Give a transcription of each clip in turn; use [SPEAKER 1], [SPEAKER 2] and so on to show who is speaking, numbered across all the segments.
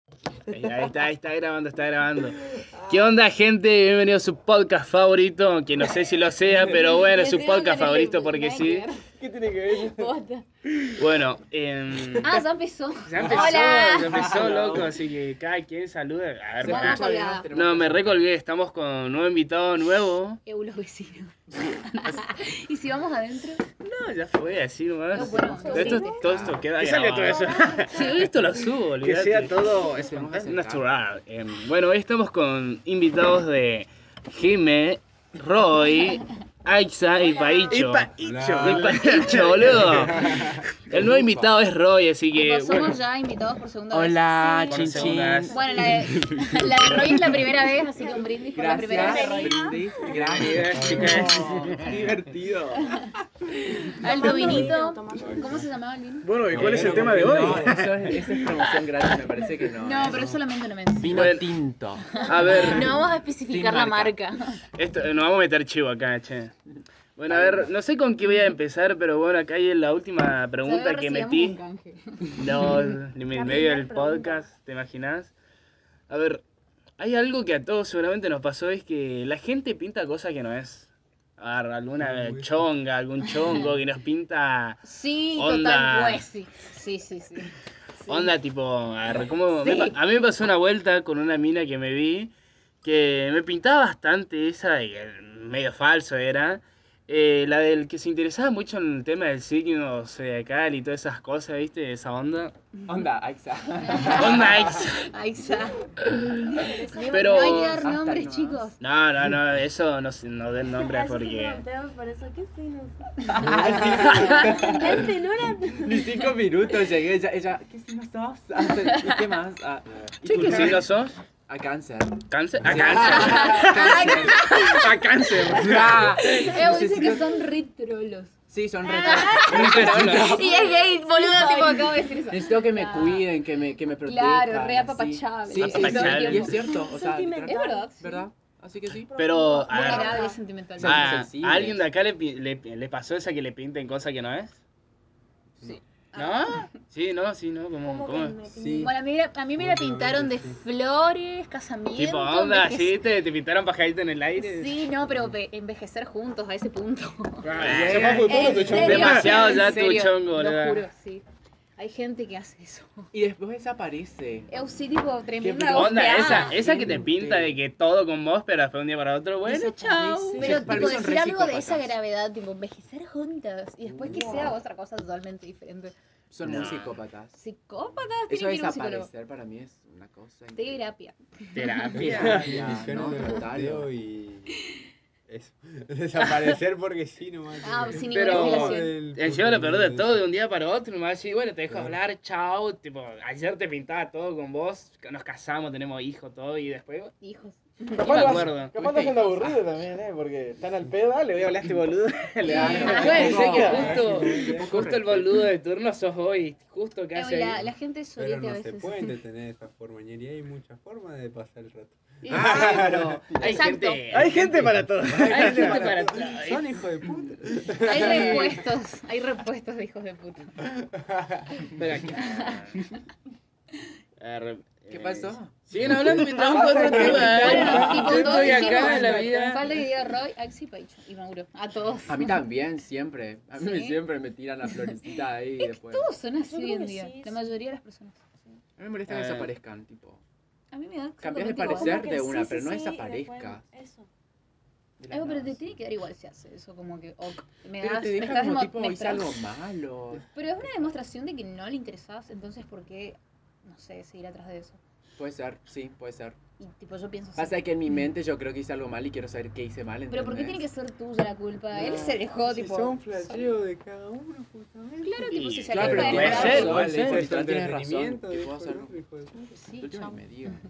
[SPEAKER 1] Ahí ahí está, ahí está grabando, está grabando. ¿Qué
[SPEAKER 2] Ah,
[SPEAKER 1] onda, gente? Bienvenido a su podcast favorito, aunque no sé si lo sea, pero bueno, es su
[SPEAKER 3] Encima
[SPEAKER 1] podcast
[SPEAKER 3] con el
[SPEAKER 1] favorito
[SPEAKER 3] Apple,
[SPEAKER 1] porque
[SPEAKER 3] nada
[SPEAKER 1] sí.
[SPEAKER 3] que ver.
[SPEAKER 2] ¿Qué tiene que ver?
[SPEAKER 3] Posta.
[SPEAKER 1] Bueno, em,
[SPEAKER 3] Ah, ya empezó.
[SPEAKER 1] ya empezó,
[SPEAKER 3] Hola.
[SPEAKER 1] ya empezó,
[SPEAKER 2] Hola.
[SPEAKER 1] loco, así que cada quien saluda. A ver,
[SPEAKER 3] Sí,
[SPEAKER 1] pará.
[SPEAKER 3] vamos colgada.
[SPEAKER 1] No, me recolgué, estamos con un nuevo invitado nuevo.
[SPEAKER 3] Eu los vecinos. ¿Y si vamos adentro?
[SPEAKER 1] No, ya fue, así
[SPEAKER 3] No,
[SPEAKER 1] nomás.
[SPEAKER 3] bueno,
[SPEAKER 1] Todo esto,
[SPEAKER 3] sí.
[SPEAKER 1] todo esto queda
[SPEAKER 2] ¿Qué salió
[SPEAKER 1] grabado.
[SPEAKER 2] todo
[SPEAKER 1] Sí, esto lo subo,
[SPEAKER 2] Que
[SPEAKER 1] olvidate.
[SPEAKER 2] sea todo espontáneo.
[SPEAKER 1] Natural. Em, bueno, hoy estamos con invitados de Jime, Roy, Aixa y Paicho.
[SPEAKER 2] Y Paicho.
[SPEAKER 1] Y Paicho, boludo. El nuevo invitado es Roy, así que
[SPEAKER 3] Tipo, somos
[SPEAKER 1] Eh, bueno.
[SPEAKER 3] ya invitados por segunda
[SPEAKER 4] Hola,
[SPEAKER 3] vez.
[SPEAKER 1] Por
[SPEAKER 4] chin
[SPEAKER 1] segunda
[SPEAKER 4] chin.
[SPEAKER 1] vez.
[SPEAKER 3] Bueno, la de, la de Roy es la primera vez, así que un brindis por la primera
[SPEAKER 4] Gracias,
[SPEAKER 3] vez.
[SPEAKER 4] brindis. Gracias.
[SPEAKER 1] Bienvenida, chicas.
[SPEAKER 2] Qué divertido.
[SPEAKER 3] Alto vinito. ¿Cómo se llamaba el vino?
[SPEAKER 2] Bueno, ¿y cuál es el
[SPEAKER 4] Bueno,
[SPEAKER 2] tema de
[SPEAKER 4] no,
[SPEAKER 2] hoy?
[SPEAKER 4] eso es- Esa es promoción gratis, me parece que no.
[SPEAKER 3] No,
[SPEAKER 4] ¿eh?
[SPEAKER 3] pero es solamente una mención.
[SPEAKER 4] Vino
[SPEAKER 1] Bueno.
[SPEAKER 4] tinto.
[SPEAKER 1] A ver,
[SPEAKER 3] No vamos a especificar
[SPEAKER 4] Sin
[SPEAKER 3] la
[SPEAKER 4] marca.
[SPEAKER 3] marca.
[SPEAKER 1] esto, nos vamos a meter chivo acá, che. Bueno, a ver, no sé con qué voy a empezar, pero bueno, acá hay la última pregunta
[SPEAKER 3] Saber
[SPEAKER 1] que
[SPEAKER 3] si damos un
[SPEAKER 1] metí.
[SPEAKER 3] canje.
[SPEAKER 1] No, ni me- en medio del podcast, ¿te imaginas? A ver, hay algo que a todos seguramente nos pasó, es que la gente pinta cosas que no es. A ver, alguna chonga, algún chongo que nos pinta
[SPEAKER 3] Sí,
[SPEAKER 1] Onda.
[SPEAKER 3] total, pues sí. Sí, sí, sí.
[SPEAKER 1] onda tipo... A, ver, ¿cómo? Me
[SPEAKER 3] Sí.
[SPEAKER 1] pa- a mí me pasó una vuelta con una mina que me vi, que me pintaba bastante esa, y, eh, medio falso era. eh, la del que se interesaba mucho en el tema del signo zodiacal y todas esas cosas, ¿viste? Esa onda.
[SPEAKER 4] Onda, Aixa.
[SPEAKER 1] Onda ex.
[SPEAKER 3] Ahí está.
[SPEAKER 1] Pero-
[SPEAKER 3] No hay que dar
[SPEAKER 4] Hasta
[SPEAKER 3] nombres,
[SPEAKER 4] nomás.
[SPEAKER 3] chicos.
[SPEAKER 1] No, no, no, eso no, se- no den nombres porque.
[SPEAKER 5] por eso, ¿qué signos?
[SPEAKER 4] Ni cinco minutos llegué. Ella, ella ¿qué signo sos? Ah, ¿Y qué más? Ah, ¿y
[SPEAKER 1] Che,
[SPEAKER 4] tu
[SPEAKER 1] ¿qué
[SPEAKER 4] nombre?
[SPEAKER 1] signo sos?
[SPEAKER 4] A cáncer.
[SPEAKER 1] ¿Cáncer?
[SPEAKER 4] Ah,
[SPEAKER 1] A cáncer. A cáncer.
[SPEAKER 3] Eh, dice que son ritrolos.
[SPEAKER 4] Ah. Sí, son
[SPEAKER 3] Ah.
[SPEAKER 4] re-
[SPEAKER 1] Ah,
[SPEAKER 3] Y es gay, boludo, tipo, acabo de decir eso.
[SPEAKER 4] Necesito que me cuiden, que me, que me protejan.
[SPEAKER 3] Claro, re
[SPEAKER 4] sí.
[SPEAKER 3] apapachable.
[SPEAKER 4] Sí, sí, sí,
[SPEAKER 1] Apapachable.
[SPEAKER 4] Y es cierto. O sea,
[SPEAKER 5] Sentimental.
[SPEAKER 3] Es verdad, sí.
[SPEAKER 4] ¿Verdad? Así que sí.
[SPEAKER 1] Pero, a ver, Ah,
[SPEAKER 3] Vulnerable, sentimental.
[SPEAKER 4] Sí.
[SPEAKER 1] a,
[SPEAKER 4] sensibles.
[SPEAKER 1] ¿a alguien de acá le, pi- le, le pasó esa que le pinten cosas que no es?
[SPEAKER 4] Sí.
[SPEAKER 1] ¿No? Sí, no, sí, no, como. como...
[SPEAKER 4] Sí.
[SPEAKER 3] Bueno, a mí, a mí me la pintaron de flores, casamiento.
[SPEAKER 1] Tipo, onda,
[SPEAKER 3] envejec-
[SPEAKER 1] ¿sí? ¿Te, te pintaron pajarito en el aire?
[SPEAKER 3] Sí, no, pero ve- envejecer juntos a ese punto.
[SPEAKER 1] Ah,
[SPEAKER 2] Se fue muy
[SPEAKER 1] eh,
[SPEAKER 2] poco
[SPEAKER 3] En
[SPEAKER 2] tu chongo.
[SPEAKER 3] serio,
[SPEAKER 1] Demasiado ya
[SPEAKER 3] en
[SPEAKER 1] tu
[SPEAKER 3] serio,
[SPEAKER 1] chongo,
[SPEAKER 3] Lo
[SPEAKER 1] boluda.
[SPEAKER 3] juro, sí. Hay gente que hace eso.
[SPEAKER 4] Y después desaparece.
[SPEAKER 3] Eu sí, tipo, tremenda
[SPEAKER 4] Onda,
[SPEAKER 1] Onda,
[SPEAKER 3] gosteada.
[SPEAKER 1] esa, esa que te
[SPEAKER 4] Sí,
[SPEAKER 1] pinta
[SPEAKER 4] sí.
[SPEAKER 1] de que todo con vos, pero después un día para otro, bueno,
[SPEAKER 4] Desaparece.
[SPEAKER 1] chao.
[SPEAKER 3] Pero
[SPEAKER 4] Para
[SPEAKER 3] tipo,
[SPEAKER 4] mí son
[SPEAKER 3] decir
[SPEAKER 4] re
[SPEAKER 3] algo de esa
[SPEAKER 4] psicópatas.
[SPEAKER 3] gravedad, tipo envejecer juntas y después que
[SPEAKER 4] Wow.
[SPEAKER 3] sea otra cosa totalmente diferente.
[SPEAKER 4] Son
[SPEAKER 1] No.
[SPEAKER 4] muy psicópatas.
[SPEAKER 3] Psicópatas,
[SPEAKER 4] Eso
[SPEAKER 3] Ah, tiene que ir a un psicólogo.
[SPEAKER 4] desaparecer para mí es una cosa. increíble.
[SPEAKER 3] Terapia.
[SPEAKER 1] Terapia.
[SPEAKER 4] Ya,
[SPEAKER 6] Misiones
[SPEAKER 4] no,
[SPEAKER 6] de
[SPEAKER 4] total.
[SPEAKER 6] boteo y. Eso. Desaparecer porque sí, nomás.
[SPEAKER 3] Ah, sin ninguna
[SPEAKER 1] Pero-
[SPEAKER 3] explicación.
[SPEAKER 1] Encima lo perdés todo de un día para otro, nomás así, bueno, te dejo hablar, chao, tipo, ayer te pintaba todo con vos, nos casamos, tenemos hijos, todo, y después,
[SPEAKER 3] Hijos.
[SPEAKER 1] ni me
[SPEAKER 2] Capaz lo
[SPEAKER 1] acuerdo.
[SPEAKER 2] vas- capaz estás
[SPEAKER 4] Ah,
[SPEAKER 2] aburrido también, ¿eh? Porque están al pedo, le voy a hablar a este boludo. Le
[SPEAKER 3] Ah,
[SPEAKER 2] hablo.
[SPEAKER 3] Ajá.
[SPEAKER 1] Puede ser que
[SPEAKER 2] No.
[SPEAKER 1] justo, justo el boludo de turno sos hoy, justo que
[SPEAKER 3] Eh,
[SPEAKER 1] hace
[SPEAKER 3] la,
[SPEAKER 1] ahí.
[SPEAKER 3] la gente es
[SPEAKER 6] Pero
[SPEAKER 3] sorete a
[SPEAKER 6] no se
[SPEAKER 3] veces.
[SPEAKER 6] pueden detener de esa forma, ñeri. Hay muchas formas de pasar el rato.
[SPEAKER 1] Y sí, pero hay
[SPEAKER 3] Exacto.
[SPEAKER 1] gente,
[SPEAKER 2] Hay gente para todo.
[SPEAKER 1] hay gente para todo. ¿eh?
[SPEAKER 6] Son hijo de puta.
[SPEAKER 3] Hay repuestos, hay repuestos de hijos de puta.
[SPEAKER 1] Pero acá. A ver,
[SPEAKER 4] ¿Qué
[SPEAKER 1] eh,
[SPEAKER 4] pasó?
[SPEAKER 1] Siguen hablando mientras
[SPEAKER 2] Ah,
[SPEAKER 1] vamos a otro
[SPEAKER 3] Bueno,
[SPEAKER 1] tema. ¿eh?
[SPEAKER 3] tipo,
[SPEAKER 1] Yo
[SPEAKER 3] todos
[SPEAKER 1] estoy acá
[SPEAKER 3] dijimos,
[SPEAKER 1] en la vida.
[SPEAKER 3] Falta que diga Roy, Axi, Paicho y Mauro. A todos.
[SPEAKER 4] A mí también, siempre. A mí me-
[SPEAKER 3] Sí.
[SPEAKER 4] siempre me tiran la florecita ahí y después.
[SPEAKER 3] Todos son así
[SPEAKER 5] Yo creo
[SPEAKER 3] hoy en
[SPEAKER 5] que
[SPEAKER 3] día.
[SPEAKER 5] sí,
[SPEAKER 3] La
[SPEAKER 5] sí.
[SPEAKER 3] mayoría de las personas.
[SPEAKER 4] A mí me molesta que
[SPEAKER 1] Eh.
[SPEAKER 4] desaparezcan, tipo.
[SPEAKER 3] A mí me da
[SPEAKER 4] Cambias
[SPEAKER 3] exactamente
[SPEAKER 4] de
[SPEAKER 3] igual.
[SPEAKER 4] parecer de una, pero no desaparezca.
[SPEAKER 5] Eso.
[SPEAKER 4] de la
[SPEAKER 3] Algo, pero te
[SPEAKER 4] nada.
[SPEAKER 3] tiene que dar igual si hace eso, como que ok. Me
[SPEAKER 4] Pero
[SPEAKER 3] das,
[SPEAKER 4] te
[SPEAKER 3] me
[SPEAKER 4] deja
[SPEAKER 3] estás
[SPEAKER 4] como
[SPEAKER 3] demo-
[SPEAKER 4] tipo,
[SPEAKER 3] me
[SPEAKER 4] hice
[SPEAKER 3] estás-
[SPEAKER 4] algo malo.
[SPEAKER 3] Pero es una demostración de que no le interesabas, entonces ¿por qué, no sé, seguir atrás de eso?
[SPEAKER 4] Puede ser, sí, puede ser.
[SPEAKER 3] Y tipo, yo pienso así.
[SPEAKER 4] Pasa que en mi mente yo creo que hice algo mal y quiero saber qué hice mal.
[SPEAKER 3] Pero ¿por qué tiene
[SPEAKER 4] ¿entendés?
[SPEAKER 3] que ser tuya la culpa? Él se dejó,
[SPEAKER 6] Si
[SPEAKER 3] tipo...
[SPEAKER 6] son flasheos de cada uno, justamente.
[SPEAKER 3] Claro, tipo, si pues se
[SPEAKER 4] Claro,
[SPEAKER 3] aleja
[SPEAKER 4] pero
[SPEAKER 3] de
[SPEAKER 4] puede
[SPEAKER 3] la-
[SPEAKER 4] ser,
[SPEAKER 1] puede ser.
[SPEAKER 6] Por
[SPEAKER 4] Literal, tienes razón.
[SPEAKER 6] entretenimiento,
[SPEAKER 4] Te puedo
[SPEAKER 6] dijo
[SPEAKER 4] hacer
[SPEAKER 6] el otro, hijo de puta.
[SPEAKER 3] Sí,
[SPEAKER 4] Lo último
[SPEAKER 3] chao.
[SPEAKER 4] que me digan.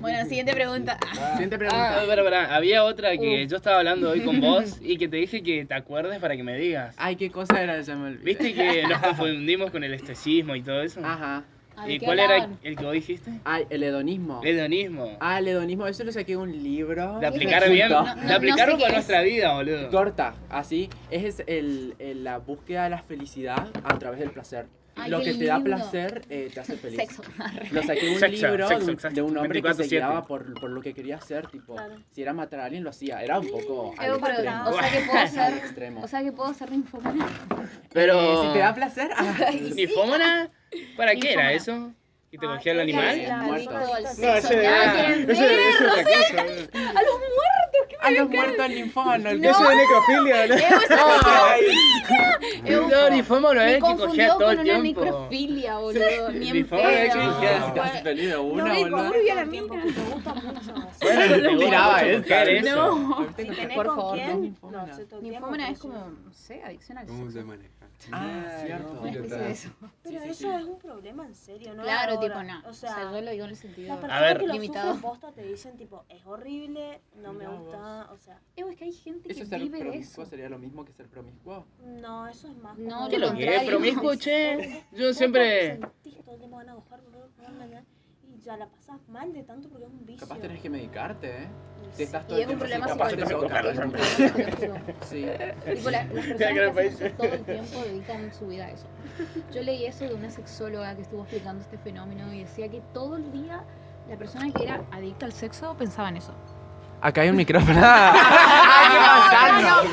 [SPEAKER 3] Bueno, siguiente pregunta.
[SPEAKER 6] Ah,
[SPEAKER 4] Siguiente pregunta.
[SPEAKER 1] Ah, espera, espera, había otra que
[SPEAKER 3] Uh.
[SPEAKER 1] yo estaba hablando hoy con vos y que te dije que te acuerdes para que me digas.
[SPEAKER 3] Ah,
[SPEAKER 4] Ay, qué cosa era, ya me olvidé.
[SPEAKER 1] ¿Viste que nos confundimos con el especismo y todo eso?
[SPEAKER 4] Ajá.
[SPEAKER 3] Ah, ¿de
[SPEAKER 1] ¿Y
[SPEAKER 3] qué
[SPEAKER 1] cuál era
[SPEAKER 3] hablaban?
[SPEAKER 1] el que vos dijiste?
[SPEAKER 4] Ay, el hedonismo.
[SPEAKER 1] El hedonismo.
[SPEAKER 4] Ah, el hedonismo, eso lo saqué de un libro.
[SPEAKER 1] De aplicar
[SPEAKER 4] aplicar
[SPEAKER 1] bien,
[SPEAKER 3] No, no, no
[SPEAKER 1] de
[SPEAKER 3] sé
[SPEAKER 1] aplicar
[SPEAKER 3] qué
[SPEAKER 1] con
[SPEAKER 3] es.
[SPEAKER 1] nuestra vida, boludo.
[SPEAKER 4] Corta, así. Es el, el- la búsqueda de la felicidad a través del placer.
[SPEAKER 3] Ay,
[SPEAKER 4] lo
[SPEAKER 3] qué
[SPEAKER 4] que te da
[SPEAKER 3] lindo.
[SPEAKER 4] placer eh, te hace feliz.
[SPEAKER 3] Sexo.
[SPEAKER 4] Lo saqué de un
[SPEAKER 1] Sexo,
[SPEAKER 4] libro de,
[SPEAKER 1] sexo,
[SPEAKER 4] un,
[SPEAKER 1] sexo,
[SPEAKER 4] de un hombre que se
[SPEAKER 1] 24/7.
[SPEAKER 4] guiaba por, por lo que quería hacer, tipo,
[SPEAKER 5] Claro.
[SPEAKER 4] si era matar a alguien lo hacía, era un poco
[SPEAKER 3] Pero,
[SPEAKER 4] al
[SPEAKER 3] pero,
[SPEAKER 4] extremo.
[SPEAKER 3] o sea que puedo
[SPEAKER 4] al
[SPEAKER 3] ser.
[SPEAKER 4] extremo.
[SPEAKER 3] O sea que puedo ser ninfómana.
[SPEAKER 1] Pero.
[SPEAKER 4] Eh, si te da placer, ah,
[SPEAKER 1] ¿Nifómana? ¿Para qué era
[SPEAKER 3] Ninfómana.
[SPEAKER 1] eso? ¿Y te
[SPEAKER 5] Ay,
[SPEAKER 1] cogía el
[SPEAKER 5] qué
[SPEAKER 1] animal?
[SPEAKER 4] horrible.
[SPEAKER 5] Muerto.
[SPEAKER 3] Adicto al
[SPEAKER 5] No,
[SPEAKER 7] No,
[SPEAKER 3] sexo.
[SPEAKER 7] ese
[SPEAKER 3] nada
[SPEAKER 7] ah,
[SPEAKER 3] que ver.
[SPEAKER 6] Eso es otra cosa.
[SPEAKER 4] a los muertos el linfón, el
[SPEAKER 6] Eso de necrofilia, ¿no?
[SPEAKER 1] No, no, ninfómano
[SPEAKER 3] Me
[SPEAKER 1] es que
[SPEAKER 3] confundió
[SPEAKER 1] cogía todo
[SPEAKER 3] con
[SPEAKER 1] el
[SPEAKER 3] una
[SPEAKER 1] tiempo.
[SPEAKER 3] necrofilia, boludo. Ni en
[SPEAKER 4] linfón es que
[SPEAKER 3] pedo.
[SPEAKER 4] dijera si te
[SPEAKER 6] No.
[SPEAKER 4] hace feliz de
[SPEAKER 5] No,
[SPEAKER 4] una,
[SPEAKER 5] digo,
[SPEAKER 4] boludo.
[SPEAKER 5] muy bien
[SPEAKER 3] todo
[SPEAKER 5] a
[SPEAKER 3] el
[SPEAKER 5] mí.
[SPEAKER 3] tiempo.
[SPEAKER 5] Me gusta mucho. o sea,
[SPEAKER 1] Bueno, te
[SPEAKER 4] Yo
[SPEAKER 1] gusta
[SPEAKER 4] tiraba
[SPEAKER 1] mucho
[SPEAKER 4] eso.
[SPEAKER 1] coger eso.
[SPEAKER 3] No.
[SPEAKER 5] Si tenés
[SPEAKER 3] por
[SPEAKER 5] con
[SPEAKER 3] favor,
[SPEAKER 5] quién,
[SPEAKER 4] no.
[SPEAKER 5] no, se te
[SPEAKER 3] Ninfómana
[SPEAKER 5] tiempo,
[SPEAKER 3] es como, no sé, adicción al
[SPEAKER 6] ¿Cómo se
[SPEAKER 3] sexo.
[SPEAKER 6] maneja?
[SPEAKER 4] Ah, cierto.
[SPEAKER 3] Una especie de eso.
[SPEAKER 4] Sí,
[SPEAKER 5] Pero
[SPEAKER 4] sí,
[SPEAKER 5] eso es un problema en serio, ¿no?
[SPEAKER 3] Claro,
[SPEAKER 5] ahora.
[SPEAKER 3] tipo, no. O sea, yo lo digo en el sentido
[SPEAKER 5] las personas
[SPEAKER 1] ver,
[SPEAKER 5] que lo
[SPEAKER 3] limitado.
[SPEAKER 5] sufren posta te dicen, tipo, es horrible, no me
[SPEAKER 4] Mirá vos.
[SPEAKER 5] gusta, o sea,
[SPEAKER 3] Eh, es que hay gente que
[SPEAKER 4] Eso ser
[SPEAKER 3] vive de
[SPEAKER 4] promiscuo
[SPEAKER 3] eso.
[SPEAKER 4] sería lo mismo que ser promiscuo.
[SPEAKER 5] no, eso es más.
[SPEAKER 3] No,
[SPEAKER 5] como-
[SPEAKER 1] ¿Qué
[SPEAKER 3] lo
[SPEAKER 1] lo que es?
[SPEAKER 3] contrario.
[SPEAKER 1] Promiscuo, che. Yo
[SPEAKER 3] pues,
[SPEAKER 1] siempre.
[SPEAKER 5] Vos sentís todo el tiempo ganas de coger, boludo, bla, bla, bla, y ya la pasás mal de tanto porque es un vicio.
[SPEAKER 4] Capaz tenés que medicarte, ¿eh? Te
[SPEAKER 5] Sí.
[SPEAKER 4] estás todo
[SPEAKER 3] Y
[SPEAKER 4] el
[SPEAKER 3] es un
[SPEAKER 4] tiempo
[SPEAKER 3] problema
[SPEAKER 4] así, capaz te
[SPEAKER 1] psicológico.
[SPEAKER 4] toca algún
[SPEAKER 3] Te lo juro.
[SPEAKER 4] problema. Sí.
[SPEAKER 3] Tipo, la- las personas que hacen eso todo el tiempo dedican su vida a eso. Yo leí eso de una sexóloga que estuvo explicando este fenómeno y decía que todo el día la persona que era adicta al sexo pensaba en eso.
[SPEAKER 4] Acá hay un micrófono. Hay
[SPEAKER 3] Ah,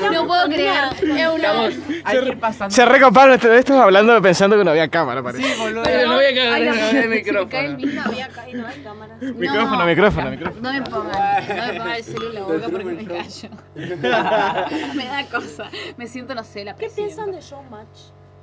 [SPEAKER 3] no, no, no puedo creer. Es una...
[SPEAKER 1] Estamos.
[SPEAKER 4] que ir pasando.
[SPEAKER 7] Se recoparon estos estos hablando pensando que no había cámara, parece.
[SPEAKER 4] Sí, boludo.
[SPEAKER 1] Pero no voy a cagar
[SPEAKER 3] Ay,
[SPEAKER 1] en
[SPEAKER 3] la
[SPEAKER 1] el
[SPEAKER 3] puta, se me cae
[SPEAKER 1] micrófono.
[SPEAKER 3] el
[SPEAKER 5] No
[SPEAKER 3] vino.
[SPEAKER 5] había ca- y no hay cámaras.
[SPEAKER 3] No,
[SPEAKER 7] Micrófono,
[SPEAKER 3] no.
[SPEAKER 7] micrófono, micrófono.
[SPEAKER 3] No me pongan, no me pongan el celu en la boca porque me callo. me da cosa. Me siento, no sé, la
[SPEAKER 5] ¿Qué
[SPEAKER 3] presión.
[SPEAKER 5] piensan de Showmatch?